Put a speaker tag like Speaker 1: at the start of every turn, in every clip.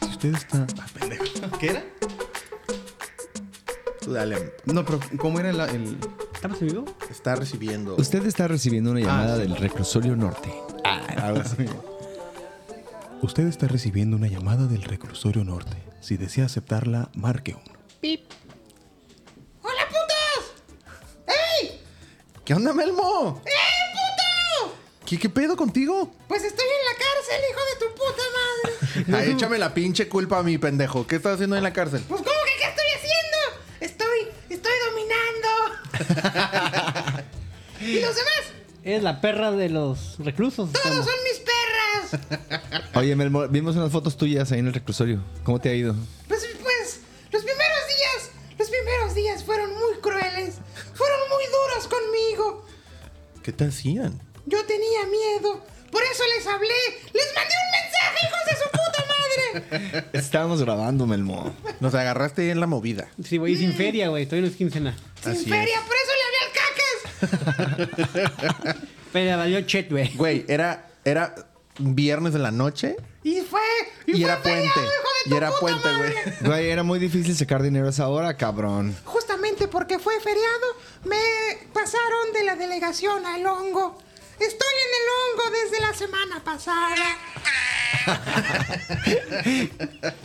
Speaker 1: contesta. Ah, pendejo.
Speaker 2: ¿Qué era? Tú dale. No, pero ¿cómo era la- el.
Speaker 3: ¿Estamos en vivo?
Speaker 2: Está recibiendo.
Speaker 1: Usted está recibiendo una llamada
Speaker 2: sí.
Speaker 1: del reclusorio norte.
Speaker 2: Ahora Ah, sí.
Speaker 1: Usted está recibiendo una llamada del reclusorio norte. Si desea aceptarla, marque uno.
Speaker 4: ¡Hola, putas!
Speaker 2: ¿Qué onda, Melmo? ¡Eh, puto! ¿Qué, qué pedo contigo?
Speaker 4: Pues estoy en la cárcel, hijo de tu puta madre.
Speaker 2: Ah, échame la pinche culpa a mi pendejo. ¿Qué estás haciendo en la cárcel?
Speaker 4: Pues, ¿cómo que qué estoy haciendo? Estoy, estoy dominando. ¿Y los demás?
Speaker 3: Es la perra de los reclusos.
Speaker 4: Todos son mis perras.
Speaker 1: Oye, Melmo, vimos unas fotos tuyas ahí en el reclusorio. ¿Cómo te ha ido?
Speaker 4: Pues, pues, los primeros días, los primeros días fueron muy crueles. Fueron muy duros conmigo.
Speaker 2: ¿Qué te hacían?
Speaker 4: Yo tenía miedo. Por eso les hablé. Les mandé un mensaje, hijos de su puta madre.
Speaker 1: Estábamos grabando, Melmo.
Speaker 2: Nos agarraste en la movida.
Speaker 3: Sí, güey, y sin feria, güey. Todavía no es quincena.
Speaker 4: Sin
Speaker 2: Así es.
Speaker 4: feria, por eso le hablé al cacas.
Speaker 3: Pero valió chet, güey.
Speaker 2: Güey, era, era viernes de la noche
Speaker 4: Y fue.
Speaker 2: y,
Speaker 4: fue
Speaker 2: era
Speaker 4: feriado,
Speaker 2: puente.
Speaker 4: hijo de
Speaker 2: Y
Speaker 4: tu
Speaker 2: era
Speaker 4: puta
Speaker 2: puente, güey.
Speaker 4: madre.
Speaker 1: Güey, era muy difícil sacar dinero a esa hora, cabrón.
Speaker 4: Justamente porque fue feriado, me pasaron de la delegación al hongo. Estoy en el hongo desde la semana pasada.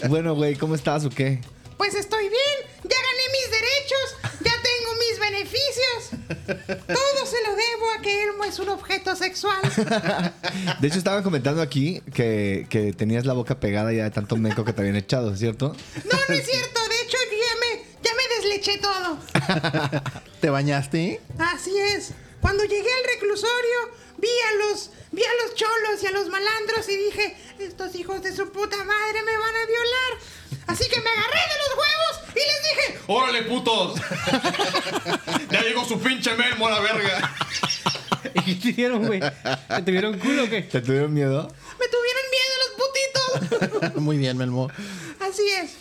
Speaker 1: Bueno, güey, ¿cómo estás o qué?
Speaker 4: Pues estoy bien, ya gané mis derechos, ya tengo mis beneficios. Todo se lo debo a que Elmo es un objeto sexual.
Speaker 1: De hecho, estaban comentando aquí que, que tenías la boca pegada ya de tanto meco que te habían echado, ¿cierto?
Speaker 4: No, no es cierto, de hecho yo ya me, ya me desleché todo.
Speaker 2: ¿Te bañaste?
Speaker 4: Así es. Cuando llegué al reclusorio, vi a los vi a los cholos y a los malandros y dije, estos hijos de su puta madre me van a violar. Así que me agarré de los huevos y les dije,
Speaker 5: ¡Órale, putos! ya llegó su pinche Melmo a la verga.
Speaker 3: ¿Y qué te hicieron, güey? ¿Te tuvieron culo o qué?
Speaker 1: ¿Te tuvieron miedo?
Speaker 4: me tuvieron miedo los putitos.
Speaker 2: Muy bien, Melmo.
Speaker 4: Así es.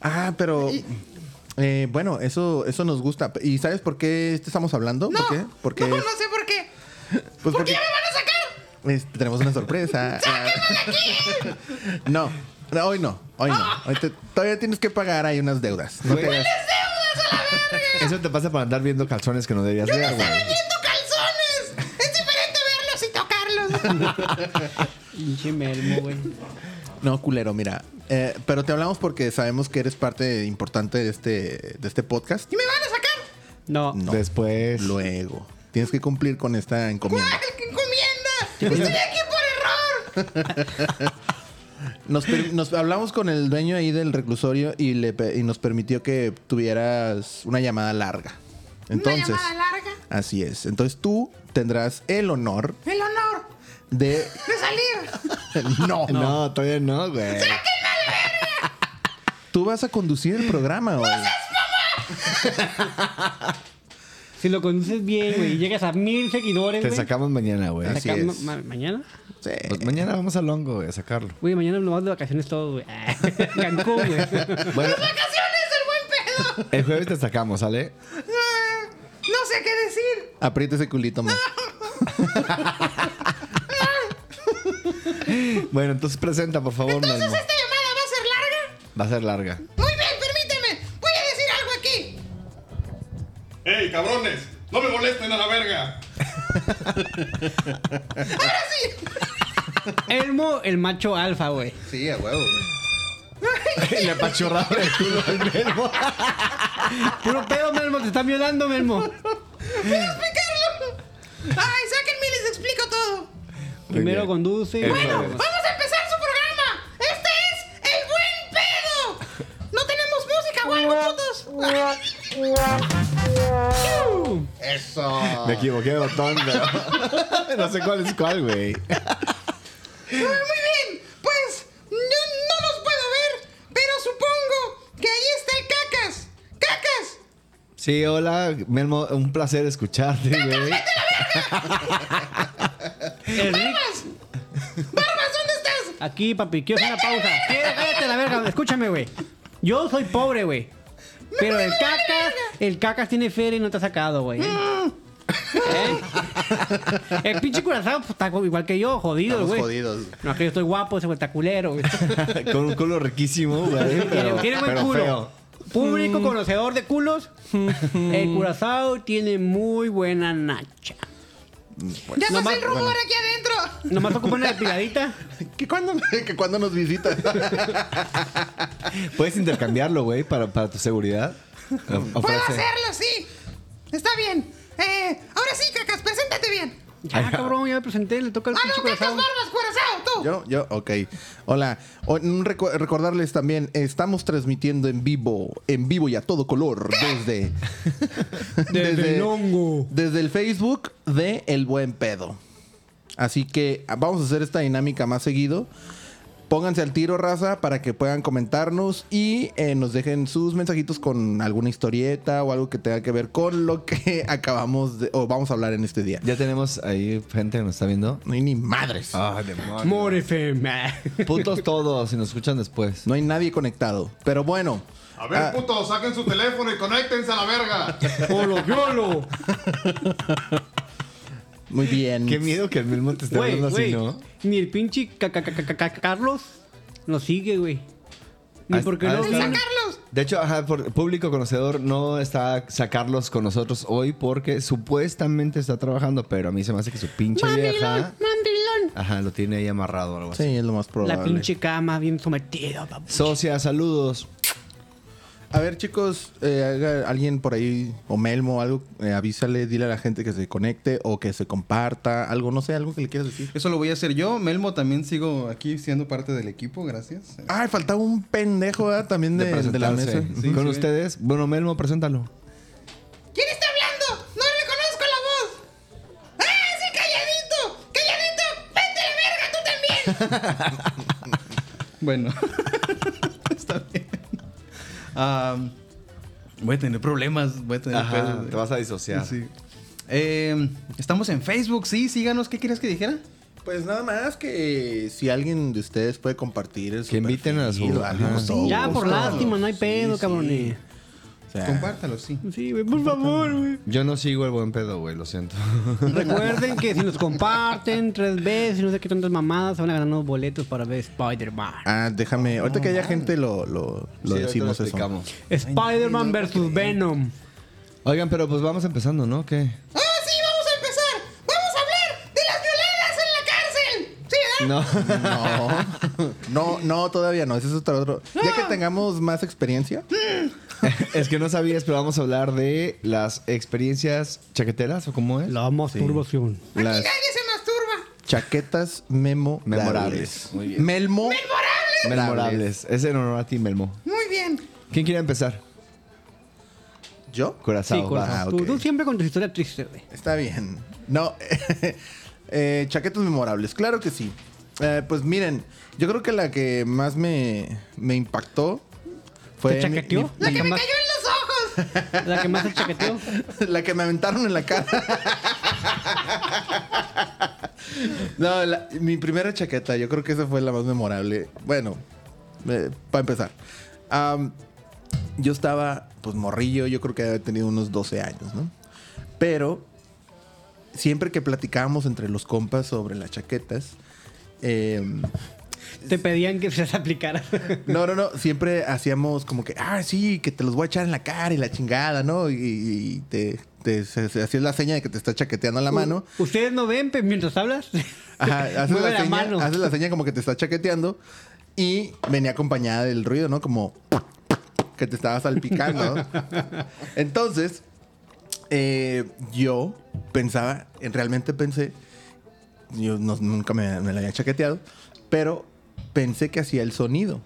Speaker 2: Ah, pero. eh, bueno, eso, eso nos gusta. ¿Y sabes por qué te estamos hablando?
Speaker 4: No,
Speaker 2: ¿Por qué? Porque,
Speaker 4: no, no sé por qué.
Speaker 2: pues
Speaker 4: ¿Por qué
Speaker 2: porque
Speaker 4: ya me van a sacar?
Speaker 2: es- Este, tenemos una sorpresa. no, no, hoy no, hoy no.
Speaker 4: Ah.
Speaker 2: Hoy te- todavía tienes que pagar, hay unas deudas. No te
Speaker 1: Güey,
Speaker 2: hagas-
Speaker 1: Eso te pasa por andar viendo calzones que no debías
Speaker 4: Yo no
Speaker 1: ver, güey.
Speaker 4: estaba viendo calzones. Es diferente verlos y tocarlos.
Speaker 3: Pinche melmo, güey.
Speaker 2: No, culero, mira. eh, pero te hablamos porque sabemos que eres parte importante de este, de este podcast.
Speaker 4: ¿Y me van a sacar?
Speaker 3: No.
Speaker 1: Mm.
Speaker 2: No.
Speaker 1: Después.
Speaker 2: Luego. Tienes que cumplir con esta
Speaker 4: ¿Cuál?
Speaker 2: encomienda.
Speaker 4: ¿Qué encomienda? Estoy aquí por error.
Speaker 2: Nos, per- nos hablamos con el dueño ahí del reclusorio y, le pe- y nos permitió que tuvieras una llamada larga. Entonces,
Speaker 4: Una llamada larga.
Speaker 2: así es. Entonces tú tendrás el honor
Speaker 4: El honor
Speaker 2: de
Speaker 4: de salir.
Speaker 2: no.
Speaker 1: No, todavía no, güey.
Speaker 2: Tú vas a conducir el programa hoy.
Speaker 3: Si lo conduces bien, güey, y llegas a mil seguidores,
Speaker 1: Te
Speaker 3: güey.
Speaker 1: sacamos mañana, güey.
Speaker 3: Te
Speaker 2: Así
Speaker 3: saca-
Speaker 2: es.
Speaker 3: ma- ma- ¿Mañana?
Speaker 2: Sí.
Speaker 1: Pues mañana vamos al hongo, güey, a sacarlo.
Speaker 3: Güey, mañana nos vamos de vacaciones todos, güey. Cancún, güey.
Speaker 1: Bueno,
Speaker 4: Vacaciones del buen pedo.
Speaker 1: el jueves te sacamos, ¿sale?
Speaker 4: Ah, No sé qué decir.
Speaker 2: Aprieta ese culito más.
Speaker 1: Bueno, entonces presenta, por favor,
Speaker 4: Entonces
Speaker 1: Melmo.
Speaker 4: esta llamada va a ser larga.
Speaker 1: Va a ser larga.
Speaker 4: Muy bien, permíteme. Voy a decir algo aquí.
Speaker 5: ¡Ey, cabrones! ¡No me molesten a la verga!
Speaker 4: Ahora sí.
Speaker 3: Elmo, el macho alfa, güey.
Speaker 2: Sí, a huevo.
Speaker 1: Le apachurraba el culo al Melmo.
Speaker 3: Puro pedo, Melmo, te están violando, Melmo.
Speaker 4: Quiero explicarlo. Ay, sáquenme y les explico todo.
Speaker 3: Primero
Speaker 1: bien.
Speaker 3: conduce.
Speaker 1: Bueno,
Speaker 3: güey.
Speaker 4: Vamos a empezar su programa. Este es el buen pedo. No tenemos música o algo, putos.
Speaker 2: Eso.
Speaker 1: Me equivoqué de botón, pero no sé cuál es cuál, güey.
Speaker 4: Ah, Muy bien, pues yo no los puedo ver, pero supongo que ahí está el cacas. ¡Cacas!
Speaker 1: Sí, hola, Melmo, un placer escucharte, güey.
Speaker 3: El Rick,
Speaker 4: ¡Barbas! ¡Barbas, ¿dónde estás?
Speaker 3: aquí, papi, quiero hacer una pausa. Sí, Cállate la verga, escúchame, güey. Yo soy pobre, güey. Pero el cacas, el cacas tiene feria y no te ha sacado, güey. El pinche curazao pues, está igual que yo, jodido,
Speaker 2: Estamos
Speaker 3: güey.
Speaker 2: jodidos.
Speaker 3: No, es que yo estoy guapo, ese güey está culero, güey.
Speaker 1: Con un culo riquísimo, güey.
Speaker 3: Tiene-
Speaker 1: Pero,
Speaker 3: tiene buen
Speaker 1: pero
Speaker 3: culo.
Speaker 1: feo.
Speaker 3: Público conocedor de culos. el curazao tiene muy buena nacha.
Speaker 4: Ya pasó
Speaker 3: Nomás-
Speaker 4: el rumor aquí adentro.
Speaker 3: Nomás ocupa una depiladita.
Speaker 2: ¿Que cuándo, que cuándo nos visita?
Speaker 1: Puedes intercambiarlo, güey, para, para tu seguridad.
Speaker 4: Puedo
Speaker 1: Ofrece-
Speaker 4: hacerlo, sí. Está bien. Eh, ahora sí, cacas, preséntate bien.
Speaker 3: Ya, cabrón, ya me presenté, le toca el
Speaker 4: Ah,
Speaker 3: pinche
Speaker 4: no, cacas
Speaker 3: curazao.
Speaker 4: barbas, curazao, tú.
Speaker 2: Yo, yo, ok. Hola. O- mm, recu- recordarles también, estamos transmitiendo en vivo, en vivo y a todo color, desde,
Speaker 3: Desde el hongo.
Speaker 2: Desde el Facebook de El Buen Pedo. Así que ah, vamos a hacer esta dinámica más seguido. Pónganse al tiro, raza, para que puedan comentarnos y eh, nos dejen sus mensajitos con alguna historieta o algo que tenga que ver con lo que acabamos de, o vamos a hablar en este día.
Speaker 1: Ya tenemos ahí gente que nos está viendo.
Speaker 2: No hay ni madres.
Speaker 1: Ah, demonios.
Speaker 3: Morefem.
Speaker 1: Putos todos, si nos escuchan después.
Speaker 2: No hay nadie conectado. Pero bueno.
Speaker 5: A ver,
Speaker 2: Ah.
Speaker 5: puto, saquen su teléfono y conéctense a la verga.
Speaker 3: Polo, violo.
Speaker 2: Muy bien.
Speaker 1: Qué miedo que el mismo te esté
Speaker 3: Güey,
Speaker 1: hablando así,
Speaker 3: güey.
Speaker 1: ¿no?
Speaker 3: Ni el pinche ca- ca- ca- ca- ca- Carlos nos sigue, güey. Ni
Speaker 1: Ah,
Speaker 3: porque
Speaker 1: ah,
Speaker 3: no.
Speaker 1: está.
Speaker 4: El San Carlos.
Speaker 1: De hecho, ajá, por- público conocedor no está sacarlos con nosotros hoy porque supuestamente está trabajando, pero a mí se me hace que su pinche vieja.
Speaker 4: mandilón.
Speaker 1: Ajá, lo tiene ahí amarrado o algo así.
Speaker 2: Sí, es lo más probable.
Speaker 3: La pinche cama bien sometida, papá.
Speaker 1: Socia, saludos.
Speaker 2: A ver, chicos, eh, haga- alguien por ahí, o Melmo, algo, eh, avísale, dile a la gente que se conecte o que se comparta, algo, no sé, algo que le quieras decir.
Speaker 6: Eso lo voy a hacer yo. Melmo también sigo aquí siendo parte del equipo, gracias.
Speaker 2: Ay, faltaba un pendejo ¿verdad? también de, de la
Speaker 1: presentarse.
Speaker 2: mesa.
Speaker 6: Sí,
Speaker 1: con
Speaker 6: sí.
Speaker 1: ustedes. Bueno, Melmo, preséntalo.
Speaker 4: ¿Quién está hablando? No reconozco la voz. ¡Ah, sí, calladito! ¡Calladito! ¡Vete a la verga, tú también!
Speaker 6: Bueno, está bien. Am, voy a tener problemas, voy a tener
Speaker 2: pues,
Speaker 6: pedos.
Speaker 1: te vas a disociar.
Speaker 6: Sí. Eh, estamos en Facebook, sí, síganos. ¿Qué quieres que dijera?
Speaker 2: Pues nada más que si alguien de ustedes puede compartir el
Speaker 1: Que inviten a su- ajá.
Speaker 2: pues,
Speaker 3: Ya, por lástima, no hay pedo, cabrones.
Speaker 6: Compártalo, sí.
Speaker 3: Sí, güey, por favor, güey.
Speaker 1: Yo no sigo el buen pedo, güey, lo siento.
Speaker 3: Recuerden que si nos comparten tres veces, no sé qué tantas mamadas, se van a ganar unos boletos para ver Spider-Man.
Speaker 2: Ah, déjame, ahorita que haya gente lo,
Speaker 1: Sí,
Speaker 2: lo, lo
Speaker 1: ahorita
Speaker 2: decimos eso.
Speaker 1: explicamos.
Speaker 3: Spider-Man versus Venom.
Speaker 1: Oigan, pero pues vamos empezando, ¿no? ¿Qué?
Speaker 4: ¡Ah, sí, vamos a empezar! ¡Vamos a hablar de las violadas en la cárcel! ¿Sí, verdad?
Speaker 1: No.
Speaker 2: No, no, no, todavía no, ese es otro, otro. Ya que tengamos más experiencia,
Speaker 1: es que no sabías, pero vamos a hablar de las experiencias chaqueteras o cómo es.
Speaker 3: La masturbación.
Speaker 2: las
Speaker 4: Aquí nadie se masturba.
Speaker 2: chaquetas memorables.
Speaker 1: Memorables. Muy bien.
Speaker 2: Melmo.
Speaker 4: ¡Memorables!
Speaker 1: Memorables. Es en honor a ti, Melmo.
Speaker 4: Muy bien.
Speaker 1: ¿Quién quiere empezar?
Speaker 2: ¿Yo?
Speaker 1: Curazao.
Speaker 3: Sí, corazón.
Speaker 1: va.
Speaker 2: ah,
Speaker 3: Tú-
Speaker 2: ok.
Speaker 3: tú, siempre con tu historia triste, güey.
Speaker 2: Está bien. No, eh, chaquetas memorables, claro que sí. Eh, pues miren, yo creo que la que más me, me impactó fue...
Speaker 3: ¿Te
Speaker 2: mi-
Speaker 3: chaqueteó?
Speaker 2: mi-
Speaker 4: La que me
Speaker 3: más-
Speaker 4: cayó en los ojos.
Speaker 3: La que más se chaqueteó.
Speaker 2: la que me aventaron en la cara. no, la- mi primera chaqueta, yo creo que esa fue la más memorable. Bueno, para empezar. Am, yo estaba, pues morrillo, yo creo que había tenido unos 12 años, ¿no? Pero siempre que platicábamos entre los compas sobre las chaquetas, em,
Speaker 3: Te pedían que se las aplicara.
Speaker 2: no, no, no. Siempre hacíamos como que, ah, sí, que te los voy a echar en la cara y la chingada, ¿no? Y, y te, te- se- se- hacías la seña de que te está chaqueteando la mano.
Speaker 3: U- ¿Ustedes no ven pe- mientras hablas?
Speaker 2: Ajá, haces
Speaker 3: Mueve
Speaker 2: la,
Speaker 3: la
Speaker 2: seña,
Speaker 3: mano.
Speaker 2: haces la seña como que te está chaqueteando. Y venía acompañada del ruido, ¿no? Como que te estaba salpicando. Entonces, eh, yo pensaba, eh, realmente pensé, yo no- nunca me, me la había chaqueteado, pero pensé que hacía el sonido.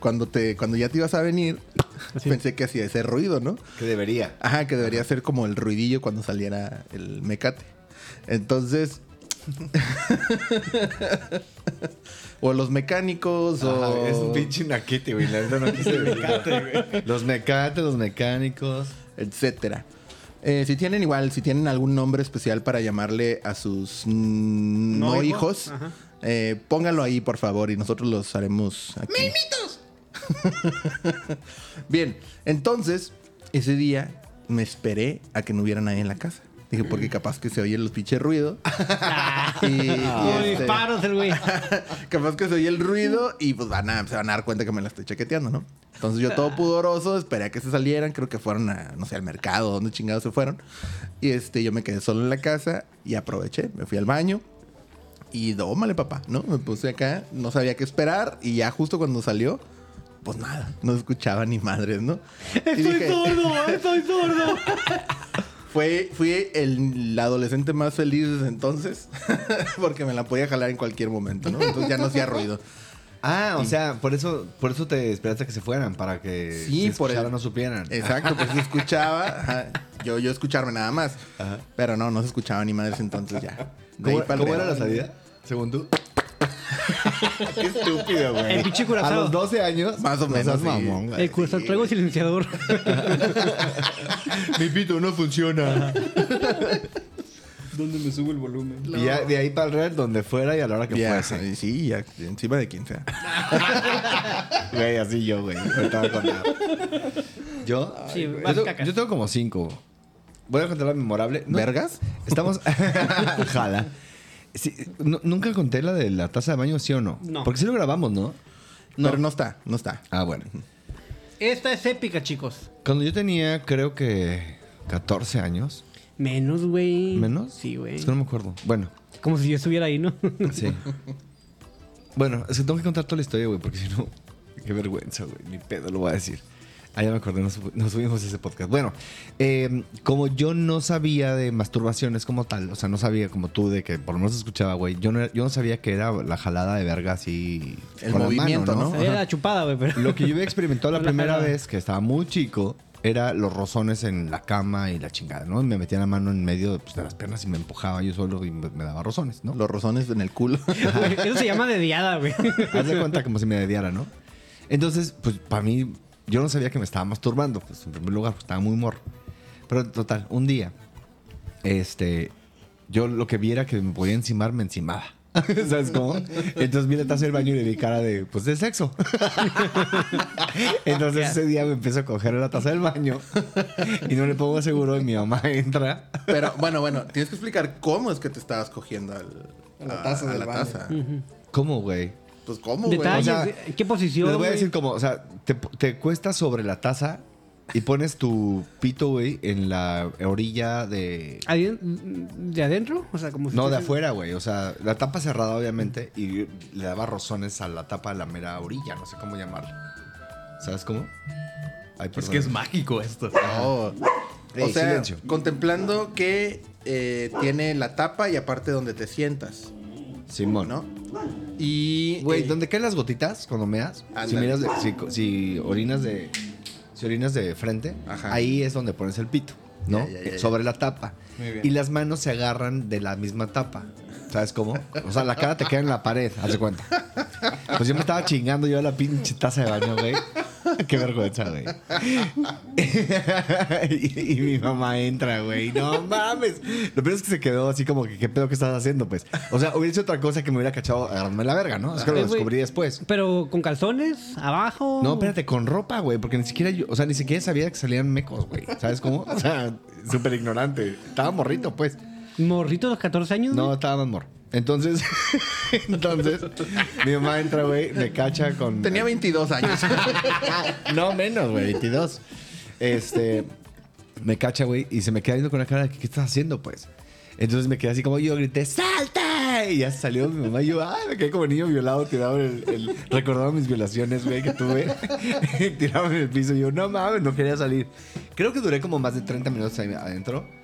Speaker 2: Cuando, te, cuando ya te ibas a venir, pensé que hacía ese ruido, ¿no?
Speaker 1: Que debería.
Speaker 2: Ajá, que debería ser como el ruidillo cuando saliera el mecate. Entonces. o los mecánicos o.
Speaker 1: es un pinche naquete, güey. La neta no quise güey. Los mecates, los mecánicos.
Speaker 2: Etcétera. Eh, si tienen igual, si tienen algún nombre especial para llamarle a sus mm, no,
Speaker 3: No hijos.
Speaker 2: hijos, eh, pónganlo ahí, por favor, y nosotros los haremos aquí.
Speaker 4: ¡Melmitos!
Speaker 2: Bien, entonces, ese día me esperé a que no hubiera nadie en la casa. Dije, porque capaz que se oye los pinches ruidos. y, y
Speaker 3: Con
Speaker 2: este,
Speaker 3: disparos el güey.
Speaker 2: capaz que se oye el ruido y pues van a, se van a dar cuenta que me la estoy chaqueteando, ¿no? Entonces yo todo pudoroso, esperé a que se salieran, creo que fueron a, no sé, al mercado, donde chingados se fueron. Y este, yo me quedé solo en la casa y aproveché, me fui al baño y dómale, papá, ¿no? Me puse acá, no sabía qué esperar y ya justo cuando salió, pues nada, no escuchaba ni madres, ¿no? Y
Speaker 3: Estoy
Speaker 2: dije,
Speaker 3: sordo, estoy sordo.
Speaker 2: fue, fui el adolescente más feliz desde entonces, porque me la podía jalar en cualquier momento, ¿no? Entonces ya no hacía ruido.
Speaker 1: Ah, o sea, por eso, por eso te esperaste a que se fueran, para que
Speaker 2: Sí,
Speaker 1: si
Speaker 2: por
Speaker 1: escucharan,
Speaker 2: el-
Speaker 1: no supieran.
Speaker 2: Exacto, pues se escuchaba. ajá, Yo, yo escucharme nada más. Pero no, no se escuchaba ni madres entonces ya. De
Speaker 1: ¿Cómo,
Speaker 2: ahí pa'l
Speaker 1: cómo era la
Speaker 2: real.
Speaker 1: salida? Según tú.
Speaker 2: Qué estúpido,
Speaker 3: El
Speaker 2: güey.
Speaker 3: pinche
Speaker 1: A los
Speaker 3: curazao.
Speaker 1: 12 años.
Speaker 2: Más o
Speaker 1: no
Speaker 2: menos.
Speaker 1: seas
Speaker 2: sí.
Speaker 1: mamón, güey.
Speaker 3: El curazao traigo silenciador.
Speaker 1: Mi pito no funciona.
Speaker 6: ¿Dónde me subo el volumen?
Speaker 1: Y ya de ahí para el real, donde fuera y a la hora que
Speaker 2: Ya,
Speaker 1: fuese.
Speaker 2: sí, ya, encima de quien sea.
Speaker 1: Güey, así yo, güey. Ahorita voy a contar. ¿Yo?
Speaker 3: Sí,
Speaker 1: Yo
Speaker 3: vas
Speaker 1: tengo-
Speaker 3: cacas.
Speaker 1: yo tengo como cinco. Voy a contar la memorable. No,
Speaker 2: ¿Vergas?
Speaker 1: Estamos. Jala. Sí, nu- nunca conté la de la taza de baño, ¿sí o no?
Speaker 3: No.
Speaker 1: Porque sí lo grabamos, ¿no?
Speaker 2: Pero no está, no está.
Speaker 1: Ah, bueno.
Speaker 3: Esta es épica, chicos.
Speaker 1: Cuando yo tenía, creo que 14 años,
Speaker 3: Menos, güey.
Speaker 1: menos.
Speaker 3: Sí, güey.
Speaker 1: Es que no me acuerdo. Bueno,
Speaker 3: Como si yo estuviera ahí, ¿no?
Speaker 1: sí. bueno, es que tengo que contar toda la historia, güey, porque si no, qué vergüenza, güey. Ni pedo lo voy a decir. Ah, ya me acordé, nos, sub- nos subimos ese podcast. Bueno, eh, como yo no sabía de masturbaciones como tal, o sea, no sabía como tú de que por lo menos escuchaba, güey. Yo no, era- yo no sabía que era la jalada de verga así.
Speaker 2: El
Speaker 1: con la mano,
Speaker 2: movimiento, ¿no?
Speaker 3: Era la chupada, güey, pero.
Speaker 1: Lo que yo había experimentado la
Speaker 3: Con la
Speaker 1: primera
Speaker 3: jalada.
Speaker 1: vez, que estaba muy chico, era los rozones en la cama y la chingada, ¿no? Y me metía la mano en medio pues, de las piernas y me empujaba yo solo y me, me daba rozones, ¿no?
Speaker 2: Los rozones en el culo.
Speaker 3: Güey, Eso se llama dediada, güey.
Speaker 1: Haz de cuenta como si me dediara, ¿no? Entonces, pues para mí, yo no sabía que me estaba masturbando, pues en primer lugar, pues, estaba muy morro. Pero total, un día, este, yo lo que viera que me podía encimar, me encimaba. ¿Sabes cómo? Entonces vi la taza del baño y le vi cara de, pues, de sexo. Entonces ese día me empiezo a coger la taza del baño y no le pongo seguro y mi mamá entra.
Speaker 2: Pero bueno, bueno, tienes que explicar cómo es que te estabas cogiendo al-
Speaker 6: A la taza
Speaker 2: a
Speaker 6: del
Speaker 2: la
Speaker 6: baño.
Speaker 2: taza.
Speaker 1: ¿Cómo, güey?
Speaker 2: Pues cómo, güey.
Speaker 3: Detalles,
Speaker 1: sea,
Speaker 3: güey. ¿qué posición?
Speaker 1: Les voy a
Speaker 3: güey?
Speaker 1: decir como, o sea, te, te cuestas sobre la taza y pones tu pito, güey, en la orilla de...
Speaker 3: Adien- ¿De adentro? O sea, como si
Speaker 1: No, de
Speaker 3: fuese-
Speaker 1: afuera, güey. O sea, la tapa cerrada, obviamente, y le daba rozones a la tapa de la mera orilla, no sé cómo llamarla. ¿Sabes cómo? Ay,
Speaker 6: Es
Speaker 1: perdón.
Speaker 6: que es mágico esto.
Speaker 2: Oh. O
Speaker 1: Ey,
Speaker 2: sea,
Speaker 1: silencio.
Speaker 2: contemplando que eh, tiene la tapa y aparte donde te sientas,
Speaker 1: Simón.
Speaker 2: ¿no? Y.
Speaker 1: Güey,
Speaker 2: eh,
Speaker 1: ¿dónde caen las gotitas cuando meas? Si,
Speaker 2: Ándale.
Speaker 1: miras de- si, si orinas de si orinas de frente,
Speaker 2: Ajá.
Speaker 1: ahí es donde pones el pito, ¿no?
Speaker 2: Ya, ya, ya, ya.
Speaker 1: Sobre la tapa. Y las manos se agarran de la misma tapa. ¿Sabes cómo? O sea, la cara te queda en la pared, haz de cuenta. Pues yo me estaba chingando yo a la pinche taza de baño, güey. Qué vergüenza, güey. y, y mi mamá entra, güey. No mames. Lo peor es que se quedó así como que, ¿qué pedo que estás haciendo, pues? O sea, hubiera sido otra cosa que me hubiera cachado agarrándome la verga, ¿no? Es que lo
Speaker 3: Eh, güey,
Speaker 1: descubrí después.
Speaker 3: Pero con calzones, abajo.
Speaker 1: No, espérate, con ropa, güey, porque ni siquiera yo, o sea, ni siquiera sabía que salían mecos, güey. ¿Sabes cómo? O sea, súper ignorante. Estaba morrito, pues.
Speaker 3: Morrito de los 14 años.
Speaker 1: No,
Speaker 3: güey.
Speaker 1: estaba más morro. Entonces, entonces, mi mamá entra, güey, me cacha con.
Speaker 2: Tenía 22 años.
Speaker 1: No, menos, güey, 22. Este, me cacha, güey, y se me queda viendo con la cara de que, ¿qué estás haciendo, pues? Entonces me quedé así como yo, grité, ¡salta! Y ya salió mi mamá y yo, ¡ay! Me quedé como niño violado, tirado en el, el- recordando mis violaciones, güey, que tuve. tirado en el piso y yo, no mames, no quería salir. Creo que duré como más de 30 minutos ahí adentro.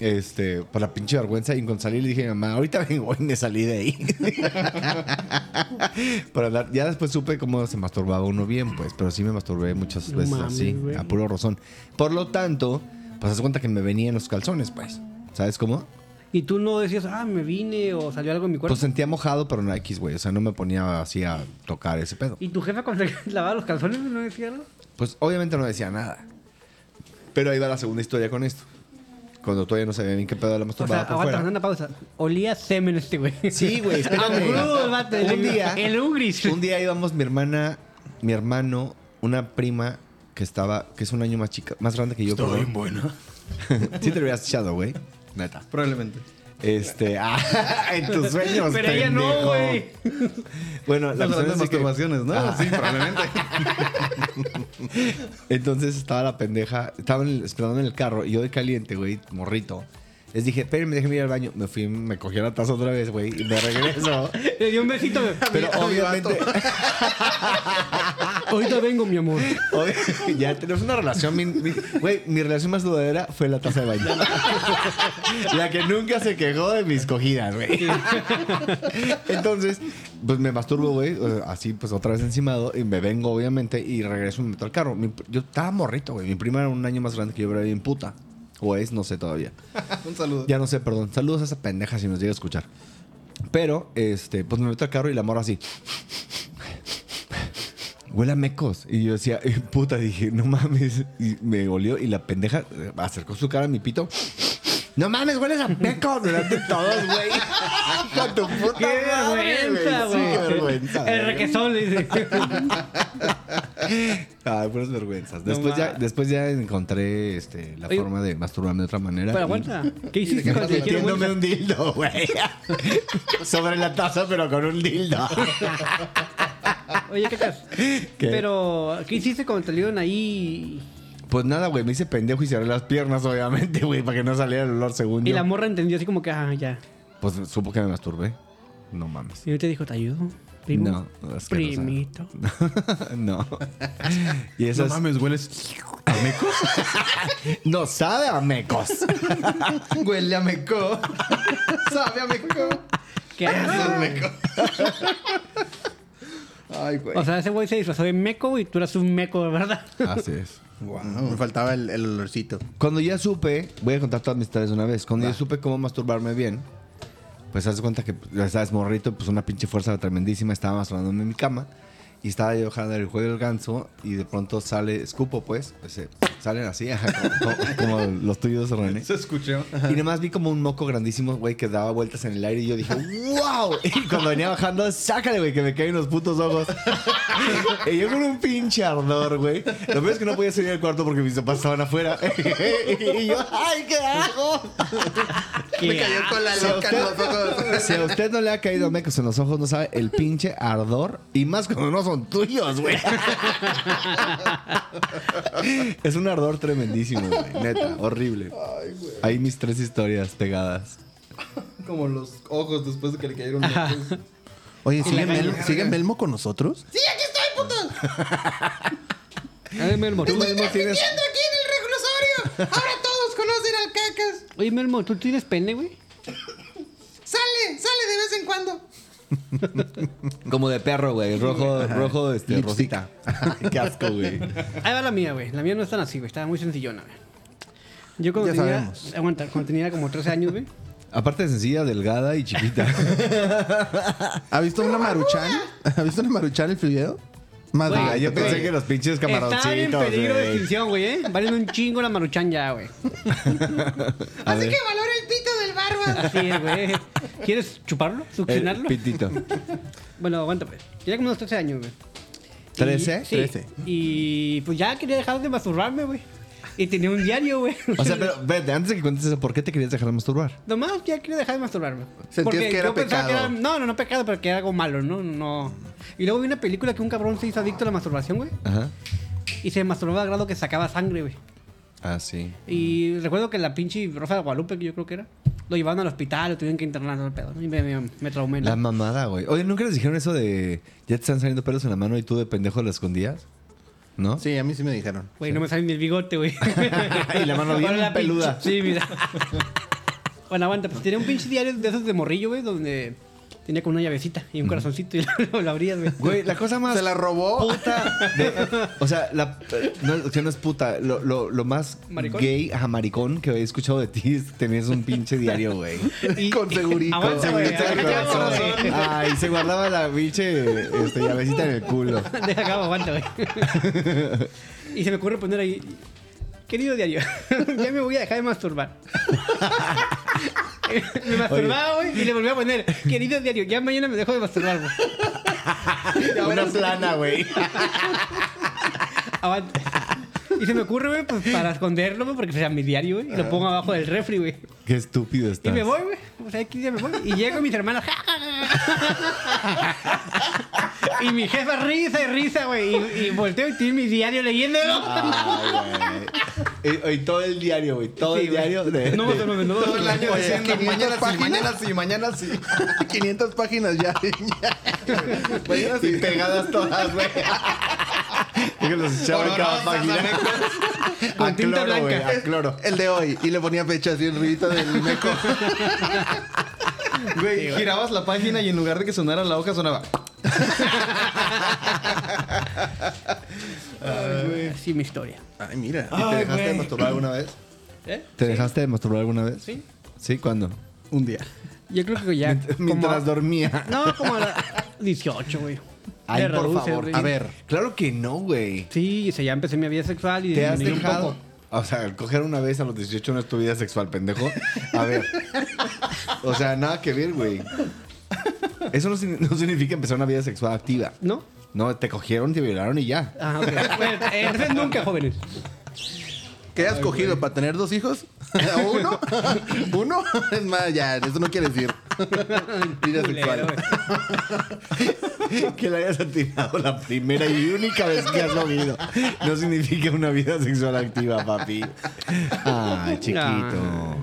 Speaker 1: Este, por la pinche vergüenza. Y cuando salí le dije a mi mamá, ahorita vengo y me salí de ahí. Para andar- Ya después supe cómo se masturbaba uno bien, pues, pero sí me masturbé muchas
Speaker 3: No
Speaker 1: veces
Speaker 3: mames,
Speaker 1: así,
Speaker 3: güey.
Speaker 1: a puro rozón. Por lo tanto, pues haz cuenta que me venían los calzones, pues. ¿Sabes cómo?
Speaker 3: Y tú no decías, ah, me vine o salió algo en mi cuerpo.
Speaker 1: Pues sentía mojado, pero no X, güey. O sea, no me ponía así a tocar ese pedo.
Speaker 3: ¿Y tu jefa cuando te lavaba los calzones no decía nada?
Speaker 1: Pues obviamente no decía nada. Pero ahí va la segunda historia con esto. Cuando todavía no sabía bien qué pedo de la
Speaker 3: O sea,
Speaker 1: masturbada por
Speaker 3: aguanta,
Speaker 1: fuera.
Speaker 3: una pausa. Olía semen este güey.
Speaker 1: Sí, güey, espérame.
Speaker 3: Crudo el vato. el-
Speaker 1: Un día.
Speaker 3: El ugris.
Speaker 1: Un día íbamos mi hermana, mi hermano, una prima que estaba, que es un año más chica, más grande que yo. Estoy bien bueno. sí te lo habías echado, güey. Neta.
Speaker 6: Probablemente.
Speaker 1: Este, ah, en tus sueños.
Speaker 3: Pero ella no,
Speaker 1: pendejo.
Speaker 3: güey.
Speaker 1: Bueno, la cuestión
Speaker 6: Estamos hablando de
Speaker 1: es de que-
Speaker 6: masturbaciones, ¿no?
Speaker 1: Ah.
Speaker 6: Sí, probablemente.
Speaker 1: Entonces estaba la pendeja, estaba en el- esperando en el carro y yo de caliente, güey, morrito. Les dije, espérenme, déjenme ir al baño. Me fui, me cogí la taza otra vez, güey, y me regreso.
Speaker 3: Le dio un besito.
Speaker 1: Pero
Speaker 2: a mi
Speaker 1: obviamente,
Speaker 3: Ahorita vengo, mi amor.
Speaker 1: obvi- ya tenemos una relación. mi- mi- Güey, mi, relación más duradera fue la taza de baño. la que nunca se quejó de mis cogidas, güey. Entonces, pues me masturbo, güey, o sea, así pues otra vez encimado y me vengo, obviamente, y regreso y me meto al carro. Mi pr- yo estaba morrito, güey. Mi prima era un año más grande que yo, pero era bien puta. O es, no sé todavía.
Speaker 6: Un saludo.
Speaker 1: Ya no sé, perdón. Saludos a esa pendeja si nos llega a escuchar. Pero, este, pues me meto al carro y la morra así. Huele a mecos. Y yo decía, eh, puta, dije, no mames. Y me olió y la pendeja eh, acercó su cara a mi pito. No mames, hueles a mecos delante de todos, güey. Con tu puta
Speaker 3: ¡Qué
Speaker 1: madre,
Speaker 3: vergüenza,
Speaker 1: Sí,
Speaker 3: güey!
Speaker 1: qué vergüenza.
Speaker 3: El requesón, le dice.
Speaker 1: Ay, puras vergüenzas.
Speaker 3: No
Speaker 1: Después, ya,
Speaker 3: mames.
Speaker 1: después ya encontré este, la
Speaker 3: Oye.
Speaker 1: forma de masturbarme de otra manera.
Speaker 3: Pero
Speaker 1: y-
Speaker 3: aguanta. ¿Qué hiciste cuando te dijeron,
Speaker 1: Metiéndome
Speaker 3: güey?
Speaker 1: un dildo, güey. Sobre la taza, pero con un dildo.
Speaker 3: Oye, ¿qué tal? Pero, ¿qué hiciste cuando te dieron ahí?
Speaker 1: Pues nada, güey, me hice pendejo y cerré las piernas, obviamente, güey, para que no saliera el olor según
Speaker 3: Y
Speaker 1: yo.
Speaker 3: la morra entendió así como que, ah, ya.
Speaker 1: Pues supo que me masturbé. No mames.
Speaker 3: Y no te dijo, ¿te ayudo? Primo.
Speaker 1: No, asquerosa.
Speaker 3: Primito.
Speaker 1: no. Y eso
Speaker 7: No
Speaker 1: es-
Speaker 7: mames, hueles a mecos.
Speaker 1: no sabe a mecos.
Speaker 6: Huele a meco. Sabe a meco.
Speaker 3: ¿Qué haces?
Speaker 6: Ay, güey.
Speaker 3: O sea, ese güey se disfrazó de meco y tú eras un meco, ¿verdad?
Speaker 1: Así es.
Speaker 2: Me faltaba el, el olorcito.
Speaker 1: Cuando ya supe, voy a contar todas mis historias de una vez. Cuando ya supe cómo masturbarme bien, pues haz de cuenta que ya sabes, morrito, pues una pinche fuerza tremendísima. Estaba masturbándome en mi cama y estaba yo dejando el juego del ganso y de pronto sale, escupo, pues, pues, eh, salen así, ajá, como, como- como los tuyos, René.
Speaker 6: Se escuchó.
Speaker 1: Y nada más vi como un moco grandísimo, güey, que daba vueltas en el aire y yo dije, ¡wow! Y cuando venía bajando, sácale, güey, que me caen los putos ojos. y yo con un pinche ardor, güey. Lo peor es que no podía salir del cuarto porque mis papás estaban afuera. y yo, ¡ay, qué hago!
Speaker 2: Me cayó con la loca en los ojos.
Speaker 1: Si a usted no le ha caído mecos en los ojos, no sabe el pinche ardor. Y más cuando no son tuyos, güey. es un ardor tremendísimo, güey. Neta, horrible. Ahí mis tres historias pegadas.
Speaker 6: Como los ojos después de que le cayeron los ojos.
Speaker 2: Oye, ¿sigue, Mel- ¿sigue Melmo con nosotros?
Speaker 4: Sí, aquí estoy, putos.
Speaker 3: Ay, Melmo, tú,
Speaker 1: Tú mismo tienes.
Speaker 4: Viendo aquí en el reclusorio. Ahora todos conocen al cacas.
Speaker 3: oye, Melmo, ¿tú tienes pene, güey?
Speaker 4: Sale, sale de vez en cuando.
Speaker 1: Como de perro, güey. Rojo, rojo, este,
Speaker 2: Lipstick.
Speaker 1: rosita. Qué asco, güey.
Speaker 3: Ahí va la mía, güey. La mía no es tan así, güey. Estaba muy sencillona, güey. Yo cuando
Speaker 2: Ya
Speaker 3: tenía...
Speaker 2: sabemos.
Speaker 3: Aguanta, cuando tenía como 13 años, güey.
Speaker 1: Aparte de sencilla, delgada y chiquita.
Speaker 2: ¿Ha visto una maruchan? ¿Ha visto una maruchan el fluido? Más
Speaker 3: Güey,
Speaker 2: bien,
Speaker 1: yo
Speaker 2: total.
Speaker 1: pensé que los pinches
Speaker 3: Ah, Estaba en
Speaker 1: camaroncitos,
Speaker 3: peligro de
Speaker 1: güey.
Speaker 3: extinción, güey, ¿eh? Valen un chingo la maruchan ya, güey.
Speaker 1: A
Speaker 4: Así
Speaker 1: ver,
Speaker 4: que valora el pito del barba.
Speaker 3: Así es, güey. ¿Quieres chuparlo?
Speaker 1: el
Speaker 3: ¿Succionarlo?
Speaker 1: pitito.
Speaker 3: Bueno, aguanta, pues. Tenía como unos 13 años, güey. Y-
Speaker 1: ¿Trece?
Speaker 3: sí.
Speaker 1: Trece.
Speaker 3: Y pues ya quería dejar de masturbarme, güey. Y tenía un diario, güey.
Speaker 1: O sea, pero vete, antes de que cuentes eso, ¿por qué te querías dejar de masturbar?
Speaker 3: Nomás ya quería dejar de masturbarme.
Speaker 2: Sentías que era
Speaker 3: yo pensaba
Speaker 2: pecado.
Speaker 3: que era- no, no, no pecado, pero que era algo malo, ¿no? No. Y luego vi una película que un cabrón se hizo adicto a la masturbación, güey.
Speaker 1: Ajá.
Speaker 3: Y se masturbaba a grado que sacaba sangre, güey.
Speaker 1: Ah, sí.
Speaker 3: Y recuerdo que la pinche Rosa de Guadalupe, que yo creo que era, lo llevaban al hospital, lo tuvieron que internar todo el pedo. ¿no? Y me, me, me traumé. ¿no?
Speaker 1: La mamada, güey. Oye, ¿nunca les dijeron eso de ya te están saliendo pelos en la mano y tú de pendejo la escondías? ¿No?
Speaker 2: Sí, a mí sí me dijeron.
Speaker 3: Güey, no me sale ni el bigote, güey.
Speaker 1: Y la mano bien
Speaker 3: Ahora pinche-
Speaker 1: peluda.
Speaker 3: Sí, mira. bueno, aguanta. Pues tenía un pinche diario de esos de morrillo, güey, donde tenía como una llavecita y un corazoncito y lo, lo abrías, güey.
Speaker 1: Güey, la cosa más
Speaker 2: Se la robó.
Speaker 1: puta de- o sea, la no, que no es puta, lo, lo, lo más
Speaker 3: ¿Maricón?
Speaker 1: gay, ajá, maricón que he escuchado de ti es que tenías un pinche diario, güey.
Speaker 3: Y-
Speaker 2: Con segurito.
Speaker 3: Aguanta, güey.
Speaker 1: Pinche
Speaker 3: aguanta,
Speaker 1: corazón.
Speaker 3: güey.
Speaker 1: Ay, se guardaba la pinche este, llavecita en el culo.
Speaker 3: Deja acá, aguanta, güey. Y se me ocurre poner ahí. Querido diario, ya me voy a dejar de masturbar. me masturbaba, güey, y le volví a poner. Querido diario, ya mañana me dejo de masturbar, güey.
Speaker 1: Una plana, güey.
Speaker 3: Aguanta. Y se me ocurre, güey, pues para esconderlo, güey, porque sea mi diario, güey. Y lo pongo abajo del refri, güey.
Speaker 1: Ah. Qué estúpido estás.
Speaker 3: Y me voy, güey. O sea, aquí ya me voy. Y llego y mis hermanos. "Ja, ja, ja, ja". y mi jefa risa y risa, güey. Y, y volteo y tiene mi diario leyéndolo.
Speaker 1: Ah, güey. Y, y todo el diario, güey. Todo
Speaker 3: Sí,
Speaker 1: el
Speaker 3: güey.
Speaker 1: diario. De,
Speaker 3: No,
Speaker 1: de-
Speaker 3: no, no, no.
Speaker 2: Todo el año
Speaker 1: Oye,
Speaker 2: diciendo,
Speaker 1: 500
Speaker 2: mañana sí,
Speaker 1: páginas.
Speaker 2: mañana sí, mañana sí. 500 páginas ya. mañana
Speaker 1: y
Speaker 2: sí.
Speaker 1: pegadas todas, güey. Y que los echaba en cada
Speaker 5: Horrorosas
Speaker 1: página.
Speaker 3: Con
Speaker 1: A
Speaker 3: tinta
Speaker 1: cloro, güey.
Speaker 3: blanca.
Speaker 1: A cloro.
Speaker 2: El de hoy. Y le ponía fecha así el ruidito del meco.
Speaker 6: Güey, girabas la página y en lugar de que sonara la hoja, sonaba.
Speaker 3: Así mi historia.
Speaker 2: Ay, mira.
Speaker 1: ¿Y te dejaste de masturbar alguna vez?
Speaker 3: ¿Eh?
Speaker 1: ¿Te dejaste de masturbar alguna vez?
Speaker 3: Sí.
Speaker 1: ¿Sí? ¿Cuándo?
Speaker 6: Un día.
Speaker 3: Yo creo que ya.
Speaker 1: Mientras
Speaker 3: como a-
Speaker 1: dormía.
Speaker 3: No, como a las 18, güey.
Speaker 1: Ay,
Speaker 3: Te
Speaker 1: por
Speaker 3: reduce,
Speaker 1: favor.
Speaker 3: güey.
Speaker 1: A ver. Claro que no, güey.
Speaker 3: Sí, o sea, ya empecé mi vida sexual y
Speaker 1: ¿Te has
Speaker 3: me dio un
Speaker 1: dejado?
Speaker 3: poco.
Speaker 1: O sea, coger una vez a los 18 no es tu vida sexual, pendejo. A ver. O sea, nada que ver, güey. Eso no, signi- no significa empezar una vida sexual activa.
Speaker 3: ¿No?
Speaker 1: No, te cogieron, te violaron y ya.
Speaker 3: Ah, ok. Bueno, eh, entonces nunca, jóvenes.
Speaker 2: ¿Qué has cogido para tener dos hijos? ¿Uno? ¿Uno? Es más, ya, eso no quiere decir. Vida
Speaker 3: Culero,
Speaker 2: sexual.
Speaker 3: güey.
Speaker 1: Que la hayas atinado la primera y única vez que has oído. No significa una vida sexual activa, papi. Ay, chiquito.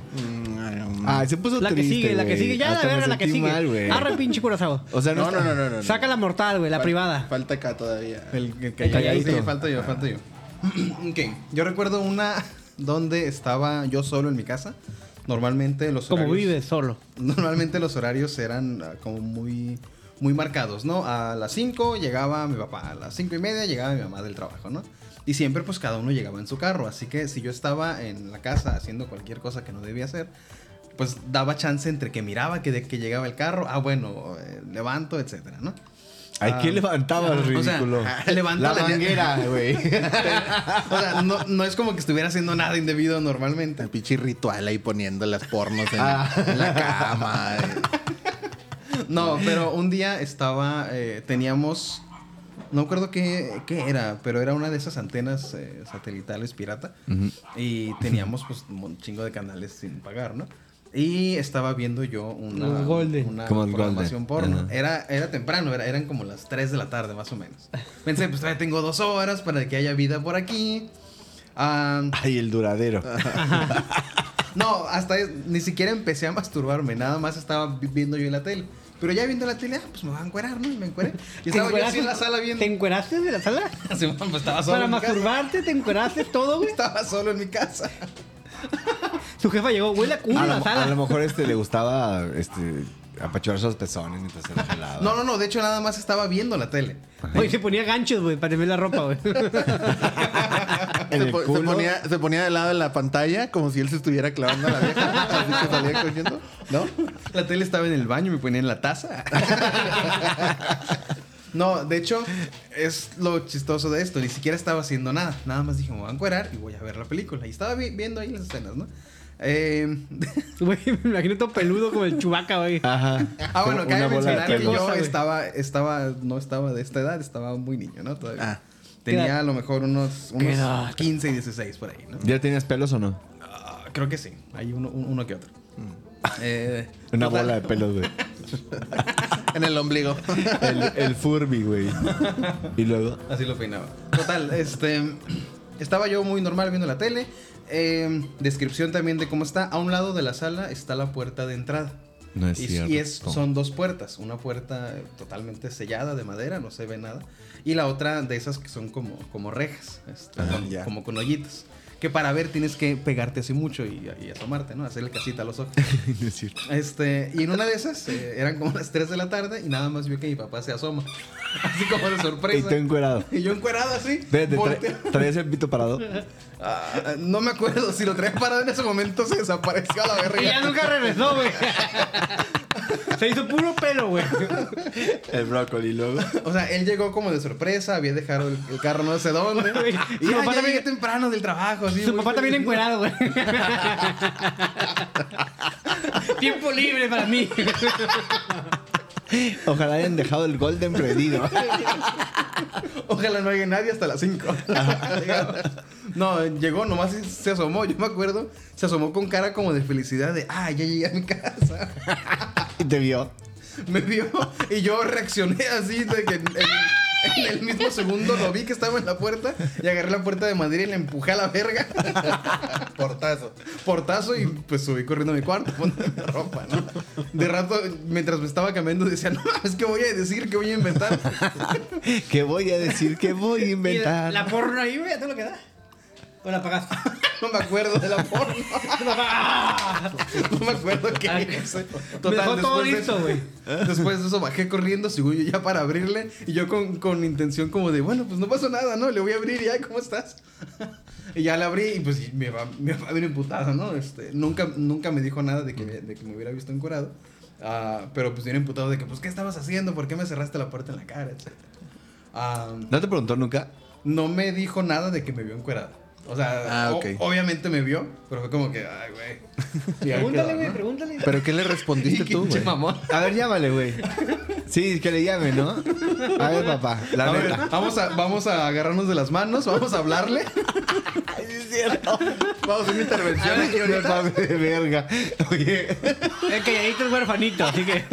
Speaker 1: Ay, se puso
Speaker 3: La que
Speaker 1: triste,
Speaker 3: sigue, la que
Speaker 1: güey.
Speaker 3: sigue. Ya, la
Speaker 1: Hasta me
Speaker 3: verga, la que
Speaker 1: sentí
Speaker 3: sigue.
Speaker 1: mal, güey.
Speaker 3: Arre, pinche curazao.
Speaker 1: O sea, no,
Speaker 2: No, no,
Speaker 1: está-
Speaker 2: no, no, no.
Speaker 3: Saca la mortal, güey, la
Speaker 2: Fal-
Speaker 3: privada.
Speaker 2: Falta acá todavía.
Speaker 6: El, el
Speaker 3: El calladito.
Speaker 6: calladito. Sí, falto yo, falto yo. ok, yo recuerdo una donde estaba yo solo en mi casa. Normalmente los
Speaker 3: Como
Speaker 6: horarios...
Speaker 3: vives solo.
Speaker 6: Normalmente los horarios eran ah, como muy, muy marcados, ¿no? A las 5 llegaba mi papá, a las 5 y media llegaba mi mamá del trabajo, ¿no? Y siempre pues cada uno llegaba en su carro, así que si yo estaba en la casa haciendo cualquier cosa que no debía hacer, pues daba chance entre que miraba que de que llegaba el carro, ah bueno, eh, levanto, etcétera, ¿no?
Speaker 1: Ay, ¿qué levantabas,
Speaker 6: O sea,
Speaker 1: Ah, ridículo?
Speaker 6: levanto
Speaker 1: la
Speaker 6: la-
Speaker 1: manguera, güey.
Speaker 6: O sea, no, no es como que estuviera haciendo nada indebido normalmente.
Speaker 2: El pinche ritual ahí poniendo las pornos en,
Speaker 1: Ah.
Speaker 2: en la cama. eh.
Speaker 6: No, pero un día estaba, eh, teníamos, no recuerdo qué, qué era, pero era una de esas antenas eh, satelitales pirata y teníamos pues un chingo de canales sin pagar, ¿no? Y estaba viendo yo una,
Speaker 3: Los Golden.
Speaker 6: una
Speaker 1: Como el
Speaker 6: programación
Speaker 1: Golden,
Speaker 6: porno.
Speaker 1: ajá.
Speaker 6: Era, era temprano, era- eran como las 3 de la tarde más o menos. Pensé, pues todavía tengo dos horas para que haya vida por aquí. Ah,
Speaker 1: Ay, el duradero.
Speaker 6: no, hasta es- ni siquiera empecé a masturbarme, nada más estaba vi- viendo yo en la tele. Pero ya viendo la tele, ah, pues me van a encuerar, ¿no? Y me encueré. Y estaba yo así en la sala viendo.
Speaker 3: ¿Te encueraste de la sala?
Speaker 6: Sí, bueno, pues estaba solo
Speaker 3: Para
Speaker 6: en mi casa.
Speaker 3: masturbarte, te encueraste todo, güey.
Speaker 6: Estaba solo en mi casa.
Speaker 3: Su jefa llegó, huele a culo
Speaker 1: A
Speaker 3: en
Speaker 1: lo,
Speaker 3: la
Speaker 1: mo- a lo
Speaker 3: sala.
Speaker 1: mejor este le gustaba este, apachurrar sus pezones mientras se la pelaba.
Speaker 6: No, no, no, de hecho nada más estaba viendo la tele.
Speaker 3: Oye, se ponía ganchos, güey, para tener la ropa, güey.
Speaker 1: En
Speaker 2: Se,
Speaker 1: el
Speaker 2: po- se
Speaker 1: culo.
Speaker 2: ponía, se ponía de lado de la pantalla como si él se estuviera clavando a la vieja. Así que salía cogiendo, ¿no?
Speaker 6: La tele estaba en el baño, me ponía en la taza. No, de hecho, es lo chistoso de esto. Ni siquiera estaba haciendo nada. Nada más dije, me voy a encuerar y voy a ver la película. Y estaba vi- viendo ahí las escenas, ¿no? Eh,
Speaker 3: Güey, me imagino todo peludo como el chubaca, güey.
Speaker 1: Ajá.
Speaker 6: Ah,
Speaker 1: Como
Speaker 6: bueno,
Speaker 1: una
Speaker 6: cabe
Speaker 1: bola de
Speaker 6: mencionar que
Speaker 1: pelo.
Speaker 3: pelo.
Speaker 6: yo
Speaker 3: Cosa, güey.
Speaker 6: estaba, estaba, no estaba de esta edad, estaba muy niño, ¿no? Todavía.
Speaker 2: Ah.
Speaker 3: ¿Qué
Speaker 6: Tenía
Speaker 3: edad?
Speaker 6: a lo mejor unos,
Speaker 3: ¿Qué
Speaker 6: unos
Speaker 3: edad?
Speaker 6: 15 y 16 por ahí, ¿no?
Speaker 1: ¿Ya tenías pelos o no?
Speaker 6: Ah, creo que sí, hay uno, un- uno que otro. Eh,
Speaker 1: Una
Speaker 6: total,
Speaker 1: bola de pelos, güey.
Speaker 2: En el ombligo.
Speaker 1: El, el Furby, güey. Y luego.
Speaker 6: Así lo peinaba. Total, este. Estaba yo muy normal viendo la tele. Eh, descripción también de cómo está. A un lado de la sala está la puerta de entrada.
Speaker 1: No es
Speaker 6: y,
Speaker 1: cierto.
Speaker 6: y es- son dos puertas. Una puerta eh, totalmente sellada de madera, no se ve nada. Y la otra de esas que son como, como rejas,
Speaker 1: Ah,
Speaker 6: este, con-
Speaker 2: ya.
Speaker 6: como con hoyitos. Que para ver tienes que pegarte así mucho y, y asomarte, ¿no? Hacerle casita a los ojos.
Speaker 1: No es cierto.
Speaker 6: Este, y en una de esas, eh, eran como las 3 de la tarde y nada más vio que mi papá se asoma. Así como de
Speaker 2: Pues
Speaker 1: Y
Speaker 6: sorpresa.
Speaker 1: tú encuerado.
Speaker 6: Y yo encuerado así.
Speaker 1: Espérate, tra-
Speaker 6: volteo.
Speaker 1: ¿traías el pito parado?
Speaker 6: Ah, no me acuerdo si lo traía parado en ese momento, se desapareció a la
Speaker 3: Y ya
Speaker 6: verga.
Speaker 3: nunca regresó, güey. Se hizo puro pelo, güey.
Speaker 1: El brócoli, luego.
Speaker 6: O sea, él llegó como de sorpresa, había dejado el, el carro no sé dónde.
Speaker 3: Güey,
Speaker 6: Y
Speaker 3: su
Speaker 6: ah,
Speaker 3: papá
Speaker 6: ya
Speaker 3: también-
Speaker 6: llegué temprano del trabajo. Así,
Speaker 3: Su
Speaker 6: muy
Speaker 3: papá también
Speaker 6: feliz, ¿no?
Speaker 3: encuerado, güey. Tiempo libre para mí.
Speaker 1: Ojalá hayan dejado el golden prendido.
Speaker 6: Ojalá no haya nadie hasta las 5. No, llegó, nomás se- se asomó, yo me acuerdo. Se asomó con cara como de felicidad de, ah, ya llegué a mi casa.
Speaker 1: Y te vio.
Speaker 6: Me vio y yo reaccioné así de que en, en- en el mismo segundo lo vi que estaba en la puerta y agarré la puerta de Madrid y le empujé a la verga.
Speaker 2: Portazo.
Speaker 6: portazo y pues subí corriendo a mi cuarto poniendo ropa, ¿no? De rato, mientras me estaba cambiando, decía, no, es que voy a decir, que voy a inventar.
Speaker 1: ¿Qué voy a decir? ¿Qué voy a
Speaker 3: Y la,
Speaker 1: inventar?
Speaker 3: la porno ahí, güey, ¿a todo lo que da? ¿O la apagaste?
Speaker 6: No me acuerdo de la porno. No me acuerdo qué
Speaker 3: Ah,
Speaker 6: hice.
Speaker 3: dejó todo
Speaker 6: después de
Speaker 3: listo,
Speaker 6: eso- Después de eso bajé corriendo, según yo, ya para abrirle. Y yo con, con intención como de, bueno, pues no pasó nada, ¿no? Le voy a abrir y ay, ¿cómo estás? Y ya la abrí y pues y me va, me va a ver emputada, ¿no? Este, nunca, nunca me dijo nada de que, me- de que me hubiera visto encurado. Ah, pero pues viene emputado de que, pues, ¿qué estabas haciendo? ¿Por qué me cerraste la puerta en la cara? Etcétera. Ah,
Speaker 1: ¿No te preguntó nunca?
Speaker 6: no me dijo nada de que me vio encuerada. O sea,
Speaker 2: Ah,
Speaker 6: o-
Speaker 2: ok.
Speaker 6: obviamente me vio, pero fue como que, ay, güey. Y ahí
Speaker 3: Pregúntale,
Speaker 6: quedó,
Speaker 3: güey,
Speaker 6: ¿no?
Speaker 3: pregúntale.
Speaker 2: ¿Pero qué le respondiste tú, güey?
Speaker 1: A ver, llámale, güey. Sí, que le llame, ¿no? A ver, papá. La
Speaker 6: A ver,
Speaker 1: neta.
Speaker 6: vamos a, vamos a agarrarnos de las manos, vamos a hablarle.
Speaker 2: Vamos a una intervención aquí
Speaker 1: Me
Speaker 2: ahorita.
Speaker 1: pasé de verga. Oye,
Speaker 3: El calladito es huerfanito, así que.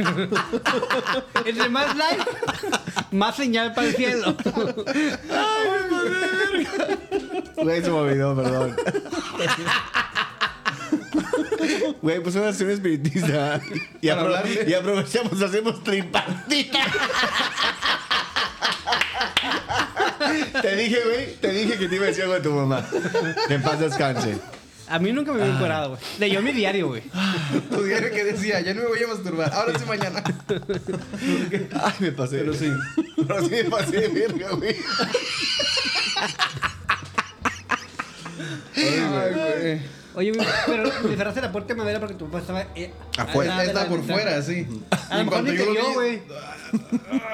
Speaker 3: Entre más like, más señal para el cielo.
Speaker 1: güey, se me olvidó, perdón. Güey, pues una acción espiritista. Y,
Speaker 6: Para
Speaker 1: apro-
Speaker 6: hablarle.
Speaker 1: y aprovechamos, hacemos tripartita. te dije, güey, te dije que te iba a decir algo de tu mamá. Que en paz descanse.
Speaker 3: A mí nunca me vio encuerado, güey. Leyó mi diario, güey.
Speaker 6: Tu diario que decía, ya no me voy a masturbar, ahora sí mañana.
Speaker 1: Ay, me pasé. Pero sí. Pero sí me pasé de verga, güey.
Speaker 3: Oye, güey, pero le cerraste la puerta de madera porque tu papá estaba. eh,
Speaker 2: Afuera,
Speaker 3: al lado de
Speaker 6: Está
Speaker 3: la
Speaker 6: por
Speaker 3: ventana.
Speaker 6: fuera, sí.
Speaker 3: A lo mejor ni te vio, güey.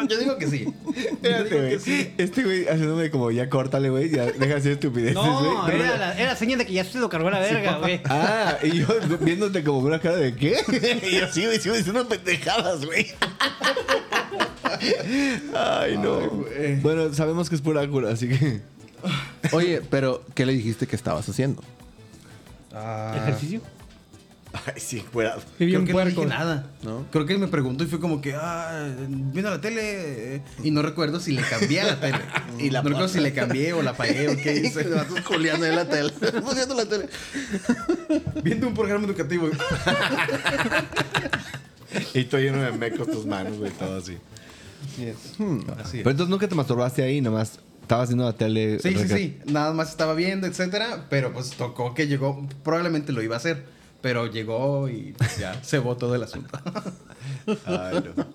Speaker 6: Yo digo que sí.
Speaker 1: Espérate, güey. Este güey haciéndome como ya córtale, güey. Ya deja de hacer estupideces, güey.
Speaker 3: No,
Speaker 1: Pero-
Speaker 3: era la, era señal de que ya se lo cargó la verga, güey.
Speaker 1: Ah, y yo viéndote como con una cara de qué. Y yo sí, güey, sí, güey, son unas pendejadas, güey. Ay, no.
Speaker 6: güey.
Speaker 1: bueno, sabemos que es pura cura, así que.
Speaker 2: Oye, pero ¿qué le dijiste que estabas haciendo?
Speaker 6: Ah,
Speaker 3: Ejercicio.
Speaker 1: Ay, sí, fuera.
Speaker 3: Vivió
Speaker 6: creo
Speaker 3: un
Speaker 6: que no
Speaker 3: puerco.
Speaker 6: dije nada.
Speaker 2: ¿No?
Speaker 6: Creo que él me preguntó y fue como que, ah, viendo la tele. eh, Y no recuerdo si le cambié a la tele. y la no recuerdo si le cambié o la apagué o qué hice.
Speaker 2: Julián en la tele. Poniendo la tele.
Speaker 6: Viendo un programa educativo.
Speaker 1: Y todo lleno de mecos tus manos, güey, todo así.
Speaker 6: Así es.
Speaker 1: Pero entonces nunca te masturbaste ahí, nomás estabas viendo la tele.
Speaker 6: Sí, sí, sí. Nada más estaba viendo, etcétera. Pero pues tocó que llegó. Probablemente lo iba a hacer. Pero llegó y pues, ya se votó del asunto.
Speaker 1: Ay, no.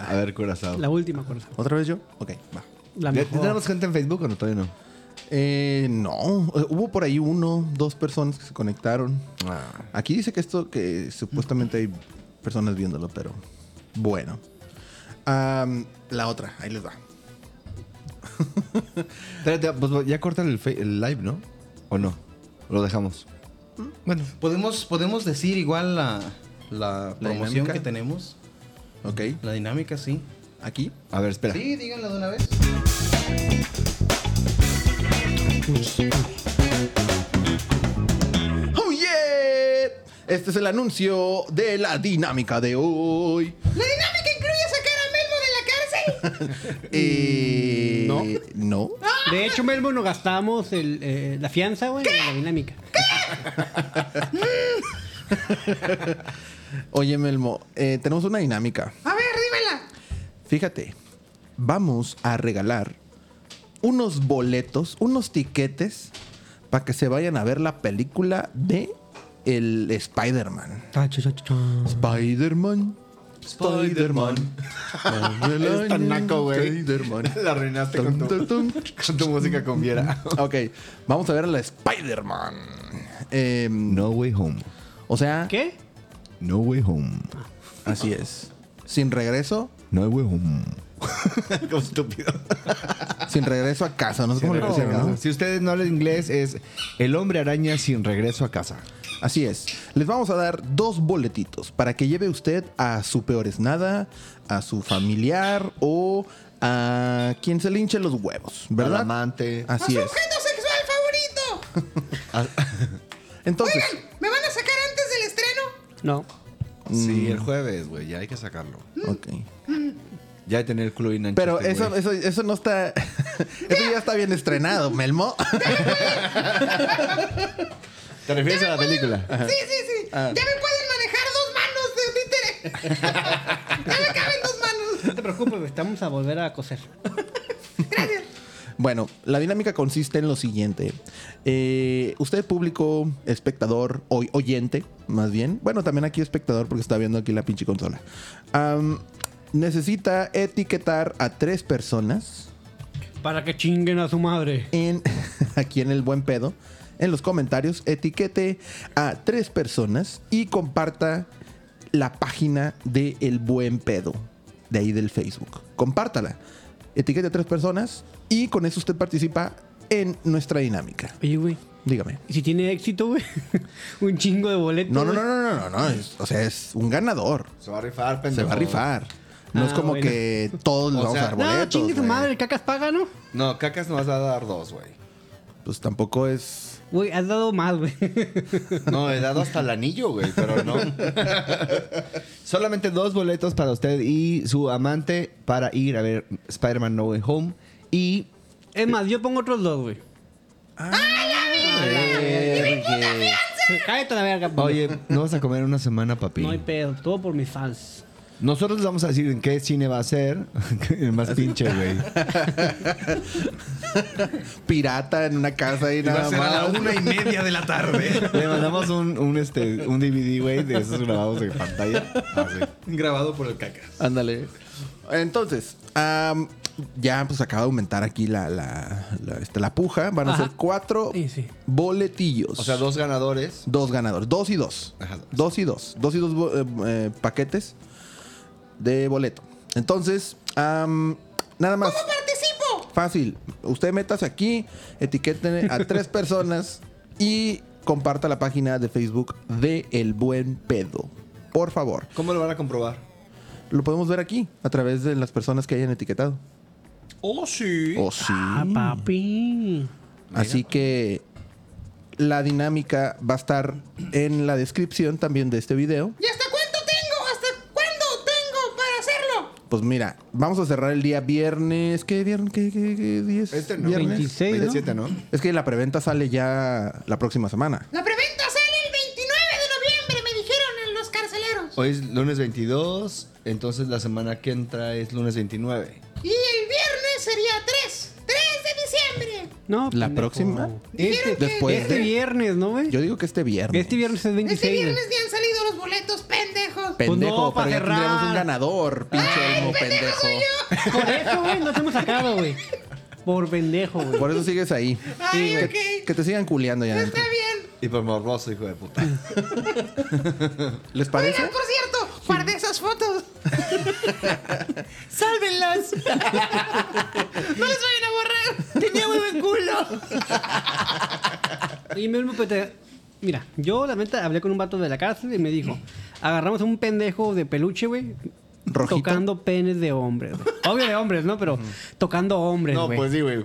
Speaker 1: A ver, curazao.
Speaker 3: La última cuerda.
Speaker 2: ¿Otra vez yo? Ok, va.
Speaker 3: La
Speaker 1: ¿Ya- ya
Speaker 3: mejor.
Speaker 1: tenemos gente en Facebook o no? Todavía no.
Speaker 2: Eh, no, Eh, hubo por ahí uno, dos personas que se conectaron.
Speaker 1: Ah.
Speaker 2: Aquí dice que esto, que supuestamente hay personas viéndolo, pero bueno. Am, la otra, ahí les va.
Speaker 1: Espérate, pues ya cortan el, fe- el live, ¿no? ¿O no? Lo dejamos. Bueno.
Speaker 6: podemos, podemos decir igual la, la promoción
Speaker 2: dinámica?
Speaker 6: que tenemos.
Speaker 2: Ok,
Speaker 6: La dinámica, sí.
Speaker 2: aquí.
Speaker 1: A ver, espera.
Speaker 6: Sí, díganla de una vez.
Speaker 2: ¡Oh, yeah! Este es el anuncio de la dinámica de hoy.
Speaker 4: La dinámica incluye sacar a Melmo de la cárcel.
Speaker 2: Eh,
Speaker 3: No.
Speaker 2: No.
Speaker 3: De hecho, Melmo, nos gastamos el, eh, la fianza, güey, en la dinámica.
Speaker 2: Oye, Melmo, eh, tenemos una dinámica.
Speaker 4: A ver, dímela.
Speaker 2: Fíjate, vamos a regalar unos boletos, unos tiquetes para que se vayan a ver la película de el Spider-Man. Spider-Man. Spider-Man.
Speaker 1: Eres tan naco, güey.
Speaker 2: Spider-Man.
Speaker 1: La arruinaste
Speaker 2: Tum, tum, tum.
Speaker 1: con tu música con Viera.
Speaker 2: Ok, vamos a ver a la Spider-Man. Em,
Speaker 1: No Way Home.
Speaker 2: O sea,
Speaker 3: ¿Qué?
Speaker 1: No Way Home.
Speaker 2: así es. Sin regreso,
Speaker 1: No Way Home. Como estúpido.
Speaker 2: sin regreso a casa. No sé cómo le pusieron, ¿no?
Speaker 1: Si ustedes no hablan inglés, es El hombre araña sin regreso a casa.
Speaker 2: Así es. Les vamos a dar dos boletitos para que lleve usted a su peores nada, a su familiar o a quien se linche los huevos, ¿verdad?
Speaker 1: Al amante.
Speaker 2: Así
Speaker 4: a su
Speaker 2: es.
Speaker 4: objeto sexual
Speaker 2: Entonces,
Speaker 4: Oigan, ¿me van a sacar antes del estreno?
Speaker 3: No.
Speaker 1: Sí, el jueves, güey. Ya hay que sacarlo.
Speaker 2: ok.
Speaker 1: Ya hay que tener el culo bien ancho
Speaker 2: Pero
Speaker 1: este
Speaker 2: eso,
Speaker 1: güey.
Speaker 2: eso, eso no está. eso ya está bien estrenado, Melmo.
Speaker 1: ¿Te refieres a la película?
Speaker 4: Sí, sí, sí. Ya me pueden manejar dos manos de títere. ya me caben dos manos.
Speaker 3: No te preocupes, güey, estamos a volver a coser.
Speaker 2: Bueno, la dinámica consiste en lo siguiente. Eh, usted, público, espectador, o oyente, más bien. Bueno, también aquí espectador porque está viendo aquí la pinche consola. Am, necesita etiquetar a tres personas
Speaker 3: Para que chinguen a su madre.
Speaker 2: en aquí en el buen pedo. En los comentarios, etiquete a tres personas y comparta la página de El Buen Pedo, de ahí del Facebook. Compártala. Etiquete a tres personas y con eso usted participa en nuestra dinámica.
Speaker 3: Oye, güey.
Speaker 2: Dígame.
Speaker 3: ¿y Si tiene éxito, güey. Un chingo de boletos.
Speaker 2: No, no, no,
Speaker 3: güey?
Speaker 2: no, no, no, no. es- o sea, es un ganador.
Speaker 1: Se va a rifar, pendejo.
Speaker 2: Se va a rifar. No
Speaker 3: Ah,
Speaker 2: es como
Speaker 3: bueno.
Speaker 2: que todos le
Speaker 1: O
Speaker 2: vamos
Speaker 1: sea,
Speaker 2: a dar
Speaker 3: No,
Speaker 2: boletos.
Speaker 3: chingue su
Speaker 2: güey.
Speaker 3: madre, el cacas paga, ¿no?
Speaker 1: No, cacas no vas a dar dos, güey.
Speaker 2: Pues tampoco es.
Speaker 3: Güey, has dado más, güey.
Speaker 1: No, he dado hasta el anillo, güey, pero no. Solamente dos boletos para usted y su amante para ir a ver Spider-Man No Way Home. Y.
Speaker 3: Es más, yo pongo otros dos, güey. Eh, Cállate a la verga, güey.
Speaker 1: Oye, no vas a comer una semana, papi.
Speaker 3: No hay pedo, todo por mis fans.
Speaker 1: Nosotros les vamos a decir en qué cine va a ser. El más pinche, güey.
Speaker 2: Pirata en una casa y
Speaker 6: Va
Speaker 2: nada
Speaker 6: a ser a la
Speaker 2: más.
Speaker 6: una y media de la tarde.
Speaker 1: Le mandamos un, un, este, un DVD, güey, de esos grabados de pantalla. Ah, Así.
Speaker 6: Grabado por el cacas.
Speaker 2: Ándale. Entonces, am, ya pues acaba de aumentar aquí la, la, la, este, la puja. Van a
Speaker 3: Ajá.
Speaker 2: ser cuatro
Speaker 3: Sí, sí.
Speaker 2: boletillos.
Speaker 1: O sea, dos ganadores.
Speaker 2: Dos ganadores. Dos y dos.
Speaker 1: Ajá, dos.
Speaker 2: Dos y dos. Dos y dos bo- eh, eh, paquetes de boleto. Entonces, am, nada más.
Speaker 4: ¿Cómo participo?
Speaker 2: Fácil. Usted métase aquí, etiquete a tres personas y comparta la página de Facebook de El Buen Pedo. Por favor.
Speaker 1: ¿Cómo lo van a comprobar?
Speaker 2: Lo podemos ver aquí, a través de las personas que hayan etiquetado.
Speaker 5: Oh, sí.
Speaker 2: Oh, sí.
Speaker 3: Ah, papi.
Speaker 2: Así que la dinámica va a estar en la descripción también de este video.
Speaker 4: ¿Y hasta cuánto tengo? ¿Hasta cuándo tengo para hacerlo?
Speaker 2: Pues mira, vamos a cerrar el día viernes. ¿Qué viernes? ¿Qué, qué, qué diez?
Speaker 1: Este no.
Speaker 2: ¿Viernes?
Speaker 3: 26, ¿no?
Speaker 1: 27, ¿no?
Speaker 2: Es que la preventa sale ya la próxima semana.
Speaker 4: La preventa sale el 29 de noviembre, me dijeron en los carceleros.
Speaker 1: Hoy es lunes 22, entonces la semana que entra es lunes 29.
Speaker 4: Y el viernes sería 3. 3 de diciembre.
Speaker 3: No,
Speaker 2: La
Speaker 3: pendejo.
Speaker 2: próxima.
Speaker 3: Este,
Speaker 2: Después
Speaker 3: este
Speaker 2: de-
Speaker 3: viernes, ¿no, güey?
Speaker 2: Yo digo que este viernes.
Speaker 3: Este viernes es
Speaker 4: Este
Speaker 3: 26. güey.
Speaker 4: viernes ya han salido los boletos,
Speaker 2: Pendejo,
Speaker 4: pendejos.
Speaker 3: Pues no, pa'
Speaker 2: pero ya
Speaker 3: cerrar.
Speaker 2: tendríamos un ganador, pinche Elmo, pendejo.
Speaker 3: Por eso, güey, no te hemos sacado, güey. Por pendejo, güey.
Speaker 2: Por eso sigues ahí.
Speaker 4: Ay,
Speaker 2: que,
Speaker 4: ok.
Speaker 2: que te sigan culeando ya.
Speaker 4: Está bien.
Speaker 1: Y por morroso, hijo de puta.
Speaker 2: ¿Les parece?
Speaker 4: Oigan, por cierto, guardé esas fotos. Sálvenlas. no les vayan a borrar. Tenía muy buen culo.
Speaker 3: Y mismo, pues, te- mira, yo la neta hablé con un vato de la cárcel y me dijo, agarramos a un pendejo de peluche, güey.
Speaker 2: ¿Rojito?
Speaker 3: Tocando penes de hombres. güey. Obvio de hombres, ¿no? Pero tocando hombres, güey.
Speaker 4: pues
Speaker 1: pues sí, güey.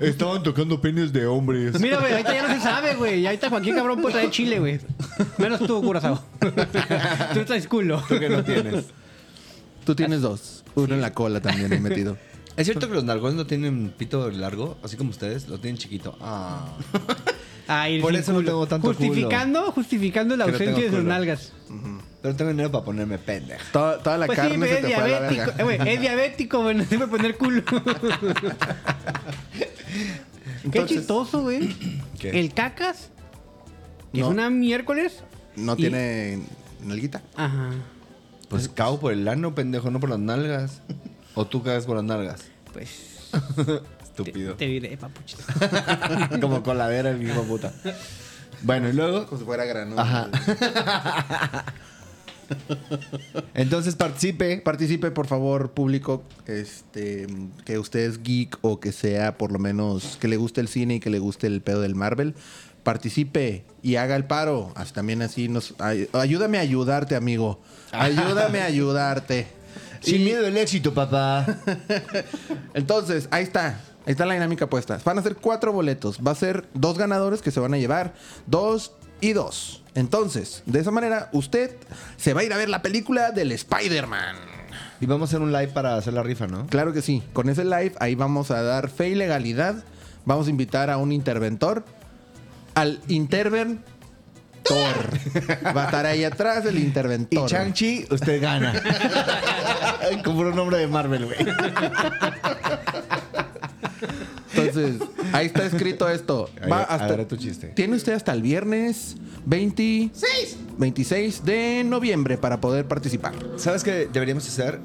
Speaker 1: Estaban tocando penes de hombres.
Speaker 3: Pues Mira, güey, ahorita ya no se sabe, güey. Ahorita cualquier cabrón puede traer chile, güey. Menos tú, curazao. tú traes culo.
Speaker 1: que no tienes.
Speaker 2: Tú tienes dos. Uno en la cola también ahí metido.
Speaker 1: ¿Es cierto que los nargones no tienen pito largo? Así como ustedes, lo tienen chiquito. Ah.
Speaker 3: Ay,
Speaker 1: Por
Speaker 3: sin
Speaker 1: eso no
Speaker 3: culo.
Speaker 1: tengo tanto culo.
Speaker 3: Justificando, justificando la
Speaker 1: Que no
Speaker 3: ausencia
Speaker 1: tengo
Speaker 3: de sus
Speaker 1: culo.
Speaker 3: nalgas.
Speaker 1: Pero tengo dinero para ponerme pendeja.
Speaker 2: Toda, toda la
Speaker 3: Pues sí,
Speaker 2: carne
Speaker 3: güey,
Speaker 2: se
Speaker 3: es
Speaker 2: te fue a la
Speaker 3: diabético. Eh,
Speaker 2: verga.
Speaker 3: güey, es diabético, güey, no se puede poner culo. Qué
Speaker 2: Entonces-
Speaker 3: chistoso, güey.
Speaker 1: ¿Qué?
Speaker 3: El cacas, que
Speaker 2: No.
Speaker 3: es una miércoles.
Speaker 2: No
Speaker 3: y-
Speaker 2: tiene nalguita.
Speaker 3: Ajá.
Speaker 1: Pues cago por el ano, pendejo, no por las nalgas. O tú cagas por las nalgas.
Speaker 3: Pues
Speaker 1: Estúpido.
Speaker 3: te diré, papuchito.
Speaker 1: como coladera, el hijo de puta. Bueno, y luego.
Speaker 2: Como si fuera grano.
Speaker 1: Ajá. Entonces participe.
Speaker 2: Participe, por favor, público. Este, que usted es geek o que sea, por lo menos, que le guste el cine y que le guste el pedo del Marvel. Participe y haga el paro. Así, también así nos. ay- ayúdame a ayudarte, amigo. Ayúdame a ayudarte.
Speaker 1: Sin miedo al éxito, papá.
Speaker 2: Entonces, ahí está. Ahí está la dinámica puesta. Van a ser cuatro boletos. Va a ser dos ganadores que se van a llevar. Dos y dos. Entonces, de esa manera, usted se va a ir a ver la película del Spider-Man.
Speaker 1: Y vamos a hacer un live para hacer la rifa, ¿no?
Speaker 2: Claro que sí. Con ese live, ahí vamos a dar fe y legalidad. Vamos a invitar a un interventor. Al interventor. Va a estar ahí atrás el interventor.
Speaker 1: Y Chang-Chi, usted gana. Como un nombre de Marvel, güey.
Speaker 2: Entonces, ahí está escrito esto.
Speaker 1: Ahí, agarra tu chiste.
Speaker 2: Tiene usted hasta el viernes 20,
Speaker 4: ¡Seis!
Speaker 2: 26 de noviembre para poder participar.
Speaker 1: ¿Sabes qué deberíamos hacer?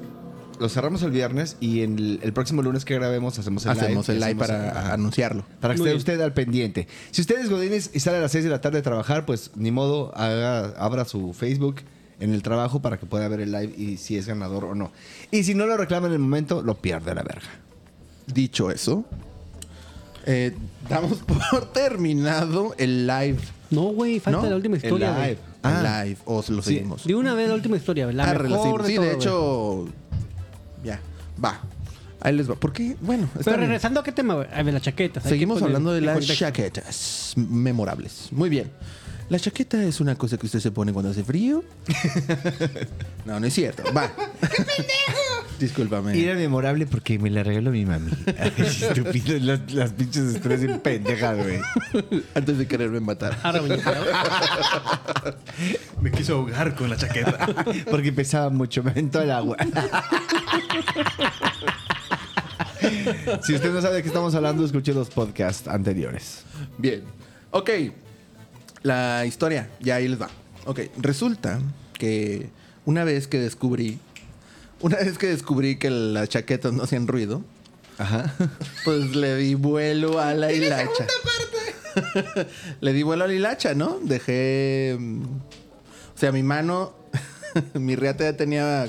Speaker 1: Lo cerramos el viernes y en el, el próximo lunes que grabemos hacemos el
Speaker 2: Hacemos
Speaker 1: live.
Speaker 2: el
Speaker 1: y
Speaker 2: live
Speaker 1: hacemos
Speaker 2: para
Speaker 1: el- ajá.
Speaker 2: anunciarlo.
Speaker 1: Para que
Speaker 3: Muy
Speaker 1: esté
Speaker 3: bien.
Speaker 1: usted al pendiente. Si usted es Godínez y sale a las 6 de la tarde a trabajar, pues ni modo, haga- abra su Facebook en el trabajo para que pueda ver el live y si es ganador o no. Y si no lo reclama en el momento, lo pierde a la verga.
Speaker 2: Dicho eso, eh, damos por terminado el live.
Speaker 3: No, güey, falta
Speaker 2: ¿No?
Speaker 3: la última
Speaker 2: El
Speaker 3: historia, güey.
Speaker 1: live.
Speaker 2: Ah. El live, o lo seguimos.
Speaker 3: De una vez la última historia, la
Speaker 2: Ah,
Speaker 3: mejor
Speaker 2: relación.
Speaker 3: de
Speaker 2: Sí,
Speaker 3: todo,
Speaker 2: de
Speaker 3: güey.
Speaker 2: hecho, ya, va. Ahí les va. ¿Por qué? Bueno, está
Speaker 3: Pero
Speaker 2: bien.
Speaker 3: regresando a qué tema, güey. A ver, las chaquetas. hay que
Speaker 2: Seguimos
Speaker 3: poner
Speaker 2: hablando de
Speaker 3: en
Speaker 2: las
Speaker 3: contexto.
Speaker 2: chaquetas memorables. Muy bien. La chaqueta es una cosa que usted se pone cuando hace frío. no, no es cierto. Va.
Speaker 4: ¡Qué pendejo!
Speaker 2: Discúlpame.
Speaker 1: Y era memorable porque me la regaló mi mami. Ay, Estúpido, las, las pinches estrellas bien pendejas, güey.
Speaker 2: Antes de quererme matar.
Speaker 3: Ahora, güey,
Speaker 5: Me quiso ahogar con la chaqueta.
Speaker 1: Porque pesaba mucho, me aventó el agua. si usted no sabe de qué estamos hablando, escuche los podcasts anteriores.
Speaker 2: Bien. Ok. La historia. Ya ahí les va. Ok. Resulta que una vez que descubrí. Una vez que descubrí que las chaquetas no hacían ruido.
Speaker 1: Ajá.
Speaker 2: Pues le di vuelo a la
Speaker 4: ¡Tiene
Speaker 2: hilacha.
Speaker 4: segunda parte!
Speaker 2: Le di vuelo a la hilacha, ¿no? Dejé. mm, O sea, mi mano. mi riata ya tenía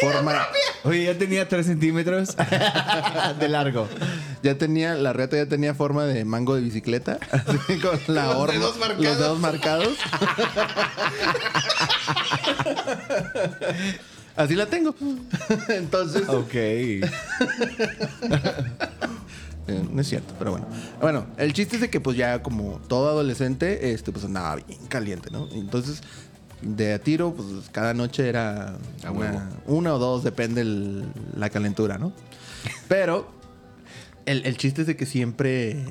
Speaker 2: forma.
Speaker 1: Oye, ya tenía 3 centímetros de largo.
Speaker 2: Ya tenía. La riata ya tenía forma de mango de bicicleta. así con la
Speaker 5: Los
Speaker 2: horma-
Speaker 5: dedos marcados.
Speaker 2: Los dedos marcados. así la tengo. Entonces.
Speaker 1: Ok.
Speaker 2: Eh, no es cierto, pero bueno. Bueno, el chiste es de que pues ya como todo adolescente, este, pues andaba bien caliente, ¿no? Entonces, de a tiro, pues cada noche era una, una o dos, depende el- la calentura, ¿no? Pero el, el chiste es de que siempre...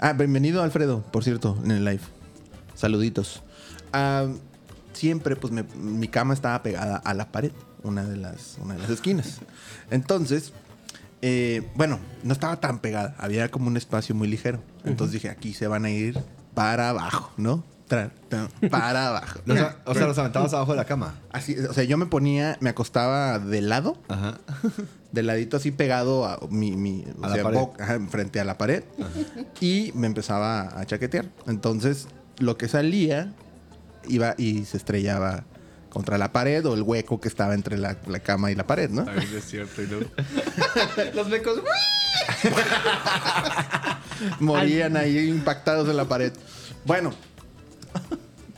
Speaker 2: Ah, bienvenido Alfredo, por cierto, en el live. Saluditos. Ah, siempre, pues me- mi cama estaba pegada a la pared, una de las, una de las esquinas. Entonces, eh, bueno, no estaba tan pegada, había como un espacio muy ligero. Entonces dije, aquí se van a ir para abajo, ¿no? Tra- tra- para abajo.
Speaker 1: Los a- o sea, los aventabas abajo de la cama.
Speaker 2: Así, o sea, yo me ponía, me acostaba de lado,
Speaker 1: Ajá.
Speaker 2: de ladito así pegado a mi, mi o
Speaker 1: A la
Speaker 2: sea,
Speaker 1: pared.
Speaker 2: boca- ajá, frente a la pared y me empezaba a chaquetear. Entonces, lo que salía iba y se estrellaba contra la pared o el hueco que estaba entre la, la cama y la pared, ¿no?
Speaker 5: es cierto, y no.
Speaker 6: Los becos, ¡uy!
Speaker 2: Morían ahí impactados en la pared. Bueno,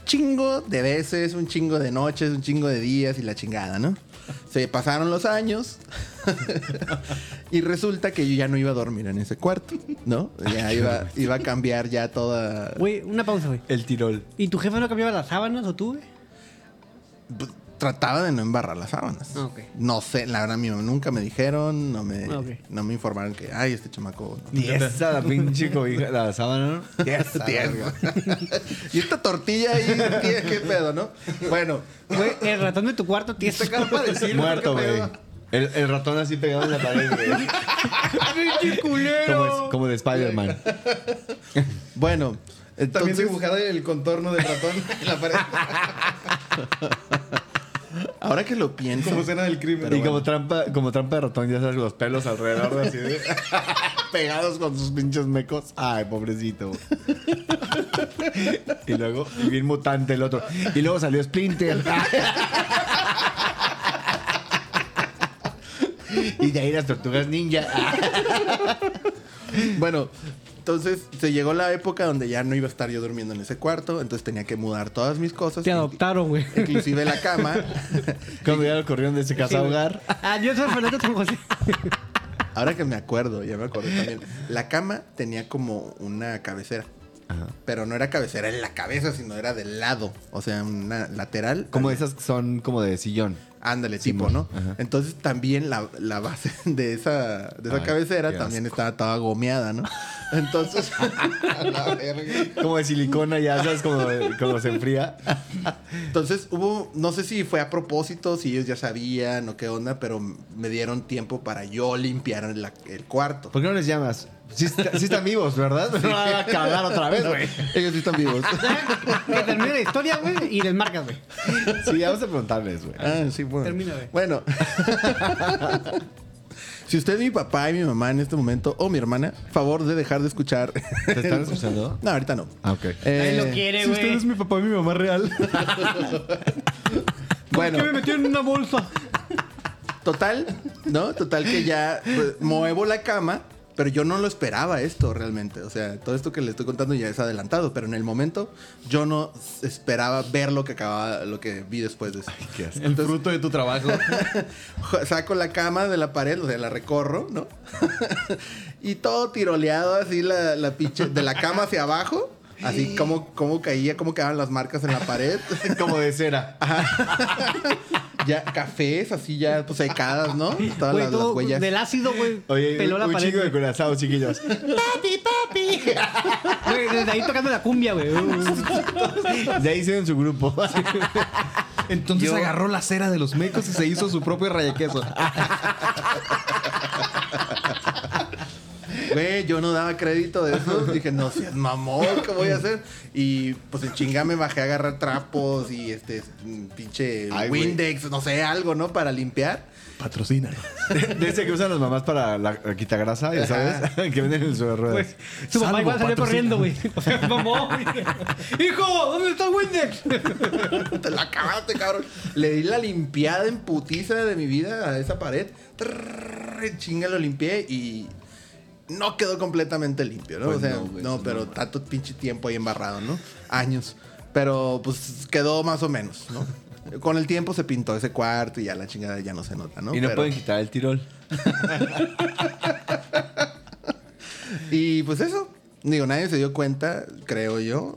Speaker 2: chingo de veces, un chingo de noches, un chingo de días y la chingada, ¿no? Se pasaron los años y resulta que yo ya no iba a dormir en ese cuarto, ¿no? Ya iba, iba a cambiar ya toda...
Speaker 3: Güey, una pausa, güey.
Speaker 1: El tirol.
Speaker 3: ¿Y tu jefe no cambiaba las sábanas o tú, güey?
Speaker 2: Pues, Trataba de no embarrar las sábanas.
Speaker 3: Ah, ok.
Speaker 2: No sé, la verdad, mi mamá nunca me dijeron, no me,
Speaker 3: Ah, ok.
Speaker 2: no me informaron que, ay, este chamaco... no".
Speaker 1: Tiesa la pinche cobija, la sábana, ¿no? Tiesa.
Speaker 2: Tierno. y esta tortilla ahí, tía, qué pedo, ¿no? Bueno,
Speaker 3: Güey, el ratón de tu cuarto tiene esta cara para decir.
Speaker 1: Muerto, güey. El, el ratón así pegado en la pared, güey.
Speaker 3: ¡Pinche
Speaker 1: Como,
Speaker 3: culero!
Speaker 1: es- como de Spider-Man.
Speaker 2: bueno.
Speaker 6: También
Speaker 2: Entonces,
Speaker 6: dibujado el contorno del ratón en la pared.
Speaker 2: ahora que lo pienso,
Speaker 6: Como escena del crimen.
Speaker 1: y como trampa, como trampa de ratón, ya sabes, los pelos alrededor así de- pegados con sus pinches mecos. Ay, pobrecito. y luego, y bien mutante el otro. Y luego salió Splinter. y de ahí las tortugas ninja.
Speaker 2: bueno, entonces se llegó la época donde ya no iba a estar yo durmiendo en ese cuarto, entonces tenía que mudar todas mis cosas.
Speaker 3: Te
Speaker 2: in-
Speaker 3: adoptaron, güey.
Speaker 2: Inclusive la cama.
Speaker 1: Cuando ya lo corrieron de ese casa hogar.
Speaker 3: Adiós, orfanato San José.
Speaker 2: Ahora que me acuerdo, ya me acordé también. La cama tenía como una cabecera. Pero no era cabecera en la cabeza, sino era del lado. O sea, una lateral.
Speaker 1: Como
Speaker 2: Ándale.
Speaker 1: esas que son como de sillón.
Speaker 2: Ándale, tipo,
Speaker 1: Simón,
Speaker 2: ¿no?
Speaker 1: ajá.
Speaker 2: Entonces también la, la base de esa, de esa
Speaker 1: Ay,
Speaker 2: cabecera
Speaker 1: qué
Speaker 2: también estaba toda gomeada, ¿no? Entonces,
Speaker 1: Como de silicona, ya sabes, como, como se enfría.
Speaker 2: entonces hubo, no sé si fue a propósito, si ellos ya sabían o qué onda, pero me dieron tiempo para yo limpiar la- el cuarto.
Speaker 1: ¿Por qué no les llamas? Sí, está- sí están vivos, ¿verdad? No van a cagar otra vez, güey.
Speaker 2: Ellos sí están vivos.
Speaker 3: Que termine la historia, güey, y desmarcas, güey.
Speaker 1: Sí, vamos a preguntarles, güey.
Speaker 2: Ah, sí, bueno.
Speaker 3: Termina, güey.
Speaker 2: Bueno. si usted es mi papá y mi mamá en este momento, o mi hermana, favor de dejar de escuchar.
Speaker 1: ¿Te están escuchando?
Speaker 2: no, ahorita no.
Speaker 1: Ah, ok.
Speaker 3: Nadie
Speaker 2: Eh,
Speaker 3: lo quiere, güey.
Speaker 1: mi papá y mi mamá real.
Speaker 2: Bueno.
Speaker 3: ¿Por qué me metió en una bolsa?
Speaker 2: Total, ¿no? Total que ya pues, muevo la cama, pero yo no lo esperaba esto realmente. O sea, todo esto que le estoy contando ya es adelantado, pero en el momento yo no s- esperaba ver lo que acababa, lo que vi después de eso.
Speaker 6: El fruto de tu trabajo.
Speaker 2: Saco la cama de la pared, o sea, la recorro, ¿no? y todo tiroleado así, la, la pinche, de la cama hacia abajo. Así como, como caía, cómo quedaban las marcas en la pared.
Speaker 1: Como de cera.
Speaker 2: ya cafés así ya pues, secadas, ¿no? Todas
Speaker 3: Güey,
Speaker 2: las, las
Speaker 3: todo
Speaker 2: huellas.
Speaker 3: del ácido, güey.
Speaker 1: Oye,
Speaker 3: Peló la
Speaker 1: un
Speaker 3: pared.
Speaker 1: chico de
Speaker 3: güey.
Speaker 1: curazao, chiquillos.
Speaker 3: Güey, desde ahí tocando la cumbia, güey.
Speaker 1: De ahí hicieron su grupo.
Speaker 6: Entonces
Speaker 2: Yo-
Speaker 6: agarró la cera de los mecos y se hizo su propio rayaqueso.
Speaker 1: Ah.
Speaker 2: Güey, yo no daba crédito de eso. Dije, no seas mamón, ¿qué voy a hacer? Y pues en chinga me bajé a agarrar trapos y este mm, pinche
Speaker 1: Ay, güey.
Speaker 2: Windex, no sé, algo, ¿no? Para limpiar.
Speaker 7: Patrocínanos.
Speaker 1: De ese que usan las mamás para la la quitagrasa, ya sabes, que venden en sus ruedas.
Speaker 3: Güey, Pues, Su
Speaker 7: Salvo,
Speaker 3: papá igual salió corriendo, güey. O sea, mamó, güey. Hijo, ¿dónde está Windex?
Speaker 2: Te la acabaste, cabrón. Le di la limpiada en putiza de mi vida a esa pared. Trrr, en chinga lo limpié y no quedó completamente limpio, ¿no?
Speaker 6: Pues
Speaker 2: o sea,
Speaker 6: no,
Speaker 2: no,
Speaker 6: güey, eso
Speaker 2: pero
Speaker 6: no, güey.
Speaker 2: tanto pinche tiempo ahí embarrado, ¿no? Años. Pero pues quedó más o menos, ¿no? Con el tiempo se pintó ese cuarto y ya la chingada ya no se nota, ¿no?
Speaker 1: Y no
Speaker 2: Pero-
Speaker 1: pueden quitar el tirol.
Speaker 2: Y pues eso. Digo, nadie se dio cuenta, creo yo.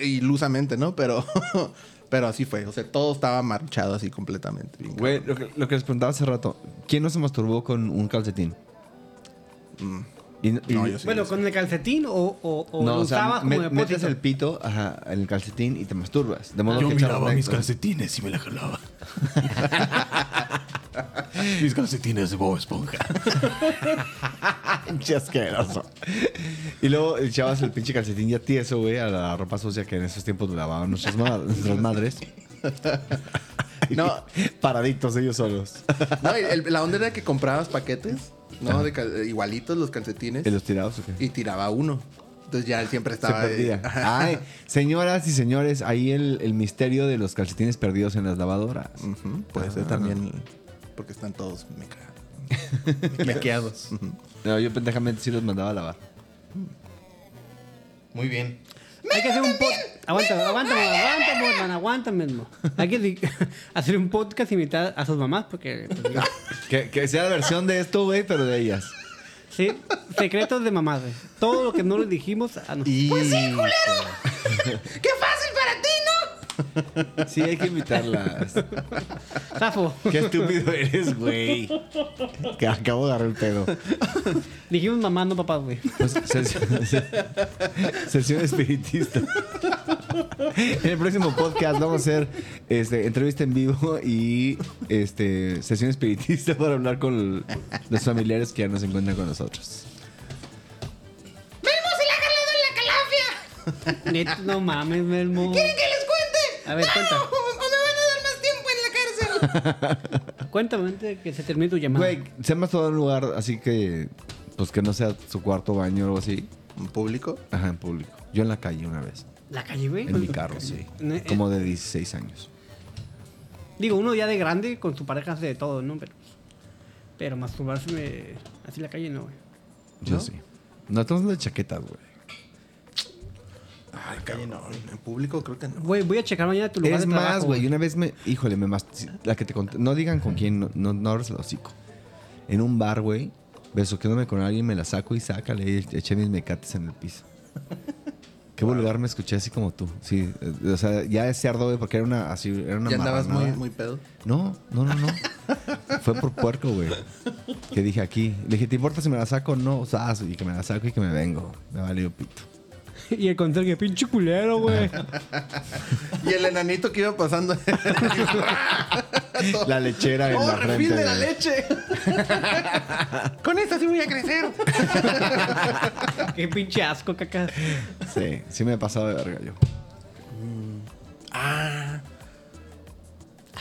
Speaker 2: Ilusamente, ¿no? Pero, pero así fue. O sea, todo estaba marchado así completamente. Bien,
Speaker 1: Güey, lo que, lo que les preguntaba hace rato, ¿quién no se masturbó con un calcetín? Mm. Y, y-
Speaker 2: No, yo sí.
Speaker 3: Bueno, ¿con el calcetín o, o, o
Speaker 1: No,
Speaker 3: lo
Speaker 1: o sea,
Speaker 3: usabas
Speaker 1: me-
Speaker 3: como
Speaker 1: metes
Speaker 3: depósito?
Speaker 1: el pito ajá, en el calcetín y te masturbas. De modo
Speaker 7: Yo
Speaker 1: que echas
Speaker 7: miraba
Speaker 1: recto.
Speaker 7: mis calcetines y me la jalaba. mis calcetines de Bob Esponja.
Speaker 1: Pinche asqueroso. Y luego echabas el pinche calcetín ya tieso, güey, a la ropa sucia que en esos tiempos lavaban nuestras, ma- nuestras madres.
Speaker 2: No.
Speaker 1: Paraditos ellos solos.
Speaker 2: No, y el- la onda era que comprabas paquetes, ¿no? De cal- eh, igualitos los calcetines
Speaker 1: ¿Y los tirados o qué?
Speaker 2: y tiraba uno. Entonces ya él
Speaker 1: Se
Speaker 2: siempre estaba.
Speaker 1: perdía.
Speaker 2: Ajá.
Speaker 1: Ay, señoras y señores, ahí el, el misterio de los calcetines perdidos en las lavadoras.
Speaker 2: Ujú, Puede ser también porque están todos meca-
Speaker 6: Mequeados.
Speaker 1: No, yo pendejamente sí los mandaba a lavar.
Speaker 5: Muy bien.
Speaker 3: Hay que hacer un podcast. Aguanta, aguanta, aguanta, Batman, aguanta, mismo. Hay que di- hacer un podcast y invitar a sus mamás porque. pues,
Speaker 1: Que, que sea la versión de esto, güey, pero de ellas.
Speaker 3: sí, secretos de mamás, güey. Todo lo que no les dijimos a nosotros.
Speaker 2: Y... Pues sí, culero.
Speaker 4: ¡Qué fácil para ti, no!
Speaker 1: Sí, hay que invitarlas.
Speaker 3: Zafo,
Speaker 1: Qué estúpido eres, güey. Que acabo de agarrar el pedo.
Speaker 3: dijimos mamá, no papá, güey.
Speaker 1: Pues, sesión, se- sesión espiritista. En el próximo podcast vamos a hacer este, entrevista en vivo y este, sesión espiritista para hablar con los familiares que ya nos encuentran con nosotros.
Speaker 4: Melmo se la ha jalado en la calafia.
Speaker 3: Net- No mames, Melmo.
Speaker 4: ¿Quieren que les cuente?
Speaker 3: Uh. A ver,
Speaker 4: No,
Speaker 3: cuenta.
Speaker 4: O, o me van a dar más tiempo en la cárcel.
Speaker 3: Cuéntame antes de que se termine tu llamada.
Speaker 1: Güey, se me ha todo un lugar así que, pues que no sea su cuarto baño o algo así.
Speaker 2: ¿Un público?
Speaker 1: Ajá, en público. Yo en la calle una vez.
Speaker 3: La calle, güey.
Speaker 1: En mi carro, sí.
Speaker 3: Ne- eh,
Speaker 1: Como de 16 años.
Speaker 3: Digo, uno ya de grande con su pareja hace de todo, ¿no? Pero, pero masturbarse me- así en la calle no, güey.
Speaker 1: Yo sí. No estamos hablando de chaquetas, güey.
Speaker 2: Ay, cabrón. no, En público creo que no.
Speaker 3: Güey, voy a checar mañana tu lugar
Speaker 1: Es
Speaker 3: de trabajo.
Speaker 1: más, güey, una vez me. Híjole, me mast- La que te conté. No digan con quién, no, no, no abres el hocico. en un bar, güey, besoqueándome con alguien, me la saco y sácale y eché mis mecates en el piso. Qué vulgar me escuché así como tú. Sí, eh, o sea, ya ese ardo, güey, porque era una así, era una
Speaker 2: Ya andabas muy,
Speaker 1: marranada.
Speaker 2: muy pedo.
Speaker 1: No, no, no, no. Fue por puerco, güey. Que dije aquí. Le dije, ¿te importa si me la saco o no? O sea, y que me la saco y que me vengo. Me valió pito.
Speaker 3: Y el contrario, que pinche culero, güey.
Speaker 2: Y el enanito que iba pasando.
Speaker 1: La lechera en
Speaker 2: ¡Oh,
Speaker 1: la
Speaker 2: refil
Speaker 1: frente,
Speaker 2: de la
Speaker 1: güey.
Speaker 2: leche!
Speaker 4: Con esto sí voy a crecer.
Speaker 3: Qué pinche asco, caca.
Speaker 1: Sí, sí me he pasado de verga yo.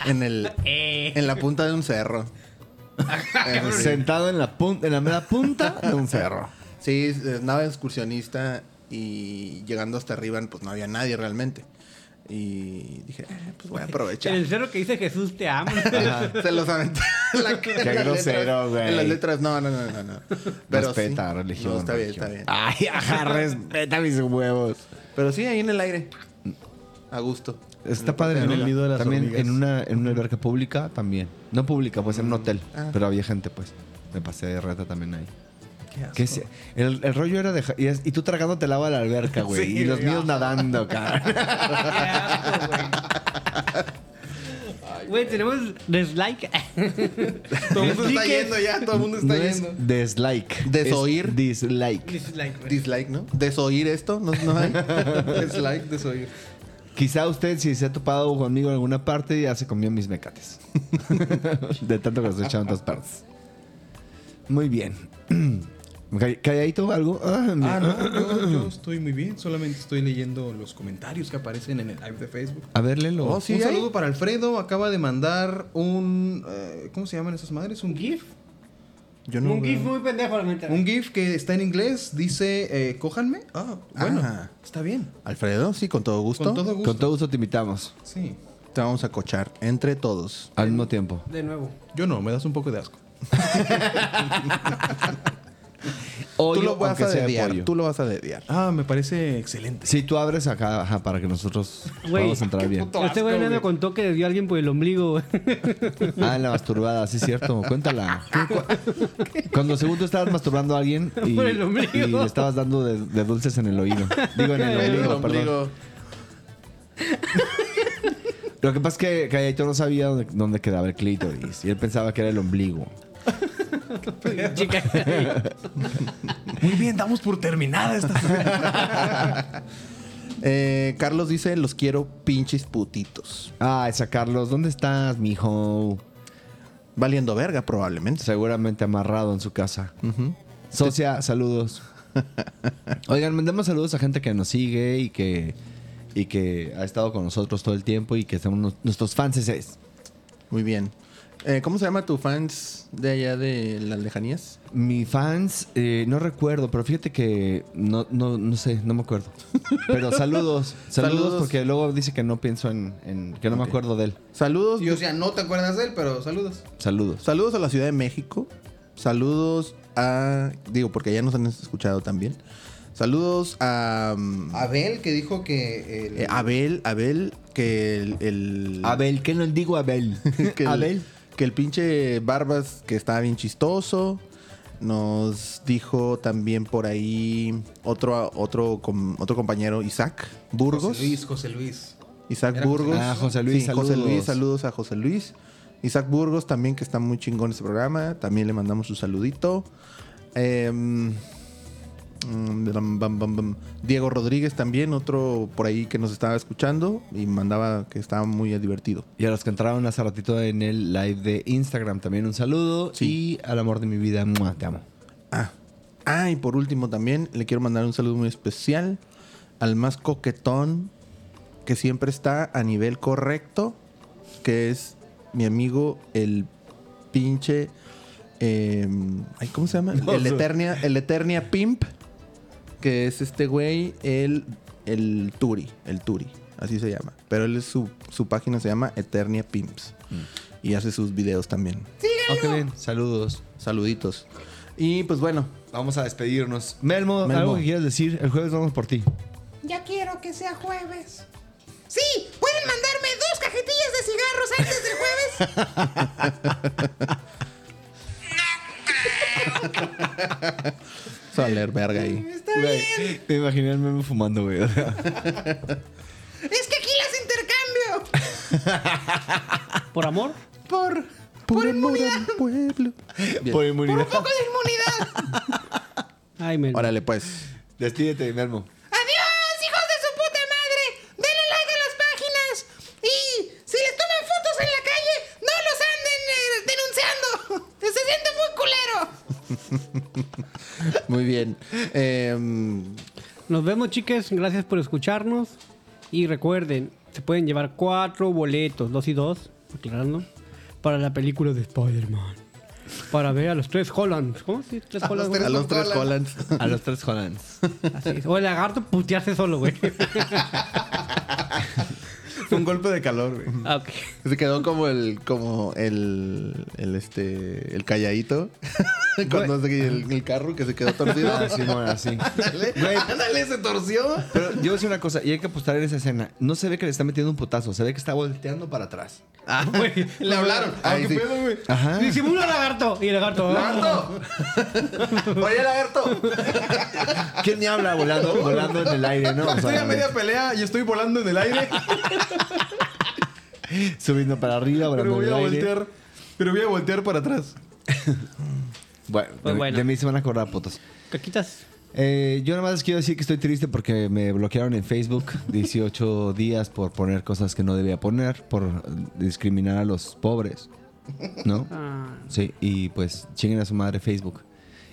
Speaker 2: En, el,
Speaker 3: Eh.
Speaker 2: en la punta de un cerro.
Speaker 1: Sentado en la, punta, en la mera punta de un cerro.
Speaker 2: Sí, eh, andaba excursionista y llegando hasta arriba, pues no había nadie realmente. Y dije, eh, pues voy a aprovechar.
Speaker 3: En el cerro que dice Jesús te amo.
Speaker 2: Se los aventé. en la- en las
Speaker 1: grosero,
Speaker 2: letras.
Speaker 1: güey.
Speaker 2: En las letras, no, no, no, no. no. Pero
Speaker 1: Respeta
Speaker 2: sí.
Speaker 1: religión.
Speaker 2: No, está bien,
Speaker 1: religión.
Speaker 2: está bien.
Speaker 1: Ay, ajá, respeta mis huevos.
Speaker 2: Pero sí, ahí en el aire. A gusto.
Speaker 1: Está padre,
Speaker 6: En
Speaker 1: ¿no?
Speaker 6: el nido de las
Speaker 1: también
Speaker 6: hormigas.
Speaker 1: en una, en una alberca pública también. No pública, pues en un hotel.
Speaker 2: Ah.
Speaker 1: Pero había gente, pues. Me pasé de rata también ahí. Que se- el, el rollo era dejar. Y, es- y tú tragándote el agua de la alberca, güey. y los míos nadando, cara.
Speaker 3: Qué asco, güey. Güey, tenemos dislike.
Speaker 2: Todo el mundo está
Speaker 3: Dislike.
Speaker 2: yendo ya, todo el mundo está
Speaker 1: No es
Speaker 2: yendo.
Speaker 1: dislike.
Speaker 2: Desoír.
Speaker 1: Es dislike.
Speaker 3: Dislike, güey.
Speaker 2: Dislike, ¿no? Desoír esto, no, no hay.
Speaker 6: Dislike, desoír.
Speaker 1: Quizá usted, si se ha topado conmigo en alguna parte, ya se comió mis mecates. de tanto que los he echado en todas partes. Muy bien. Call- ¿Calladito algo? Ah, mira.
Speaker 6: Ah, no, yo, yo estoy muy bien. Solamente estoy leyendo los comentarios que aparecen en el live de Facebook.
Speaker 1: A ver, léelo.
Speaker 2: Oh, sí,
Speaker 6: un
Speaker 2: hay.
Speaker 6: saludo para Alfredo. Acaba de mandar un. eh, ¿Cómo se llaman esas madres? ¿Un GIF?
Speaker 2: Yo no.
Speaker 3: Un
Speaker 2: veo.
Speaker 3: gif muy pendejo, la neta.
Speaker 6: Un GIF que está en inglés. Dice: eh, Cójanme. Ah, bueno.
Speaker 2: Ah.
Speaker 6: Está bien.
Speaker 2: Alfredo, sí, con todo gusto.
Speaker 6: Con todo gusto.
Speaker 1: Con todo gusto te invitamos.
Speaker 6: Sí.
Speaker 2: Te vamos a cochar entre todos.
Speaker 1: Al mismo tiempo.
Speaker 3: De nuevo.
Speaker 6: Yo no, me das un poco de asco.
Speaker 1: Hoy,
Speaker 2: tú lo vas a dediar. Tú lo vas a dediar.
Speaker 6: Ah, me parece excelente.
Speaker 1: Si tú abres acá ajá, para que nosotros
Speaker 3: Güey,
Speaker 1: podamos entrar bien.
Speaker 3: Este güey me contó que le dio a alguien por el ombligo, güey.
Speaker 1: Ah, en la masturbada, sí es cierto. Cuéntala. ¿Qué? Cuando según tú estabas masturbando a alguien y,
Speaker 3: Por el ombligo.
Speaker 1: y le estabas dando de, de dulces en el oído. Digo, en el ombligo, perdón. Lo que pasa es que Calladito no sabía dónde, dónde quedaba el clítoris. Y él pensaba que era el ombligo.
Speaker 3: Chica.
Speaker 6: Muy bien, damos por terminada esta.
Speaker 2: Eh, Carlos dice, los quiero pinches putitos.
Speaker 1: Ah, esa Carlos, ¿dónde estás, mijo?
Speaker 2: Valiendo verga, probablemente.
Speaker 1: Seguramente amarrado en su casa.
Speaker 2: Ujú.
Speaker 1: Socia, saludos. Oigan, mandemos saludos a gente que nos sigue y que, y que ha estado con nosotros todo el tiempo y que son nos- nuestros fans.
Speaker 2: Muy bien. Eh, ¿Cómo se llama tu fans de allá de las lejanías?
Speaker 1: Mi fans, eh, no recuerdo, pero fíjate que no, no, no sé, no me acuerdo. Pero saludos, saludos,
Speaker 2: Saludos.
Speaker 1: porque luego dice que no pienso en, en- que no me acuerdo de él.
Speaker 2: Saludos.
Speaker 6: Y o sea, no te acuerdas de él, pero saludos.
Speaker 1: Saludos.
Speaker 2: Saludos a la Ciudad de México. Saludos a... Digo, porque ya nos han escuchado también. Saludos a... mm,
Speaker 6: Abel, que dijo que. el-
Speaker 2: eh, Abel, Abel, que el... el-
Speaker 1: Abel, ¿qué nos digo Abel?
Speaker 2: que el-
Speaker 1: Abel.
Speaker 2: Que el pinche Barbas, que estaba bien chistoso. Nos dijo también por ahí otro, otro, com- otro compañero, Isaac Burgos.
Speaker 6: José Luis, José Luis.
Speaker 2: Isaac
Speaker 6: Era
Speaker 2: Burgos.
Speaker 1: José Luis. Ah, José Luis,
Speaker 2: Sí, José
Speaker 1: saludos.
Speaker 2: Luis, saludos a José Luis. Isaac Burgos también, que está muy chingón este programa. También le mandamos su saludito. Em, mm, bam, bam, bam, bam. Diego Rodríguez también, otro por ahí que nos estaba escuchando y mandaba que estaba muy divertido.
Speaker 1: Y a los que entraron hace ratito en el live de Instagram también un saludo.
Speaker 2: Sí.
Speaker 1: Y al amor de mi vida, ¡mua! te amo.
Speaker 2: Ah. ah, y por último también le quiero mandar un saludo muy especial al más coquetón que siempre está a nivel correcto, que es mi amigo el pinche... eh, ay, ¿Cómo se llama? el, Eternia, el Eternia Pimp, que es este güey, el, el Turi, el Turi, así se llama. Pero él es su, su página se llama Eternia Pimps y hace sus videos también.
Speaker 1: Ah, qué bien. Saludos.
Speaker 2: Saluditos. Y pues bueno,
Speaker 1: Vamos a despedirnos. Melmo,
Speaker 2: Melmo.
Speaker 1: algo que quieras decir. El jueves vamos por ti.
Speaker 4: Ya quiero que sea jueves. Sí, pueden mandarme dos cajetillas de cigarros antes del jueves.
Speaker 2: Soler, verga ahí.
Speaker 4: Está
Speaker 1: Güey,
Speaker 4: bien.
Speaker 1: Te imaginé al meme fumando, güey.
Speaker 4: Es que aquí las intercambio.
Speaker 3: ¿Por amor?
Speaker 2: Por, por inmunidad. pueblo.
Speaker 1: Por
Speaker 4: Por un
Speaker 1: inmunidad.
Speaker 4: poco de inmunidad.
Speaker 3: Ay, men.
Speaker 2: Órale, pues.
Speaker 1: Despídete, mi almo.
Speaker 4: Adiós, hijos de su puta madre. Denle like a las páginas. Y si les toman fotos en la calle, no los anden eh, denunciando. Se siente muy culero.
Speaker 2: Muy bien. Em,
Speaker 3: Nos vemos, chiques. Gracias por escucharnos. Y recuerden, se pueden llevar cuatro boletos, dos y dos, aclarando, para la película de Spider-Man. Para ver a los tres Hollands. ¿Cómo? Sí, tres Hollands.
Speaker 2: a los tres Hollands.
Speaker 1: A los tres Hollands.
Speaker 3: Así es. O el lagarto putearse solo, güey.
Speaker 1: Fue un golpe de calor, güey.
Speaker 3: Ah, ok.
Speaker 2: Se quedó como el, como el, el este, el calladito. Cuando se- el, el carro que se quedó torcido.
Speaker 1: Así, bueno, así.
Speaker 2: Ándale,
Speaker 1: Güey.
Speaker 2: ándale, se torció.
Speaker 1: Pero yo voy a decir una cosa, y hay que apostar en esa escena. No se ve que le está metiendo un putazo, se ve que está volteando para atrás.
Speaker 3: Güey. Ah,
Speaker 2: Le hablaron. Ahí sí.
Speaker 1: Ajá.
Speaker 3: Disimula lagarto. Y el lagarto. ah.
Speaker 2: Oye, lagarto.
Speaker 1: ¿Quién me habla volando, volando en el aire, no? O sea,
Speaker 6: Estoy a media pelea y estoy volando en el aire,
Speaker 1: Subiendo para arriba, volando
Speaker 6: pero voy
Speaker 1: en
Speaker 6: a
Speaker 1: el aire.
Speaker 6: voltear. Pero voy a voltear para atrás.
Speaker 1: Bueno, de-
Speaker 3: Pues bueno.
Speaker 1: de mí se van a acordar putos.
Speaker 3: Caquitas.
Speaker 1: Eh, yo nada más les quiero decir que estoy triste porque me bloquearon en Facebook 18 días por poner cosas que no debía poner, por discriminar a los pobres, ¿no?
Speaker 3: Ah.
Speaker 1: Sí, y pues chinguen a su madre Facebook.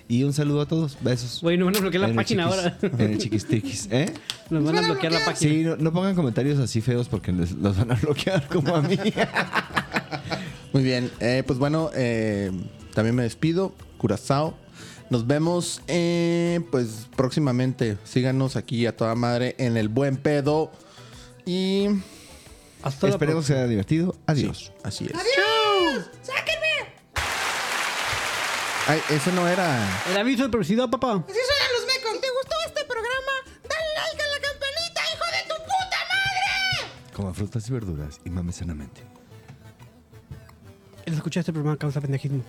Speaker 1: Y un saludo a todos, besos.
Speaker 3: Güey, nos van a bloquear la
Speaker 1: En el
Speaker 3: página
Speaker 1: chiquis-
Speaker 3: ahora.
Speaker 1: En el chiquistriquis, ¿eh?
Speaker 3: Nos van a bloquear la página.
Speaker 1: Sí, no, no pongan comentarios así feos porque les- los van a bloquear como a mí.
Speaker 2: Muy bien, eh, pues bueno, eh, también me despido, Curazao. Nos vemos eh, pues próximamente. Síganos aquí a toda madre en el buen pedo. Y
Speaker 3: Hasta la
Speaker 1: Esperemos que sea divertido. Adiós.
Speaker 2: así es.
Speaker 4: Adiós. Sáquenme.
Speaker 2: Ay, eso no era.
Speaker 3: próxima. El aviso de publicidad, papá.
Speaker 4: Así suenan los mecos. ¿Te gustó este programa? Dale like a la campanita, hijo de tu puta madre.
Speaker 1: Coma frutas y verduras y mame sanamente.
Speaker 3: El escuchar este programa causa pendejismo.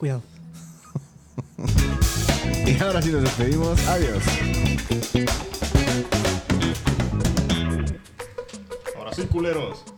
Speaker 3: Cuidado.
Speaker 1: Y ahora sí nos despedimos. Adiós.
Speaker 5: Ahora sí, culeros.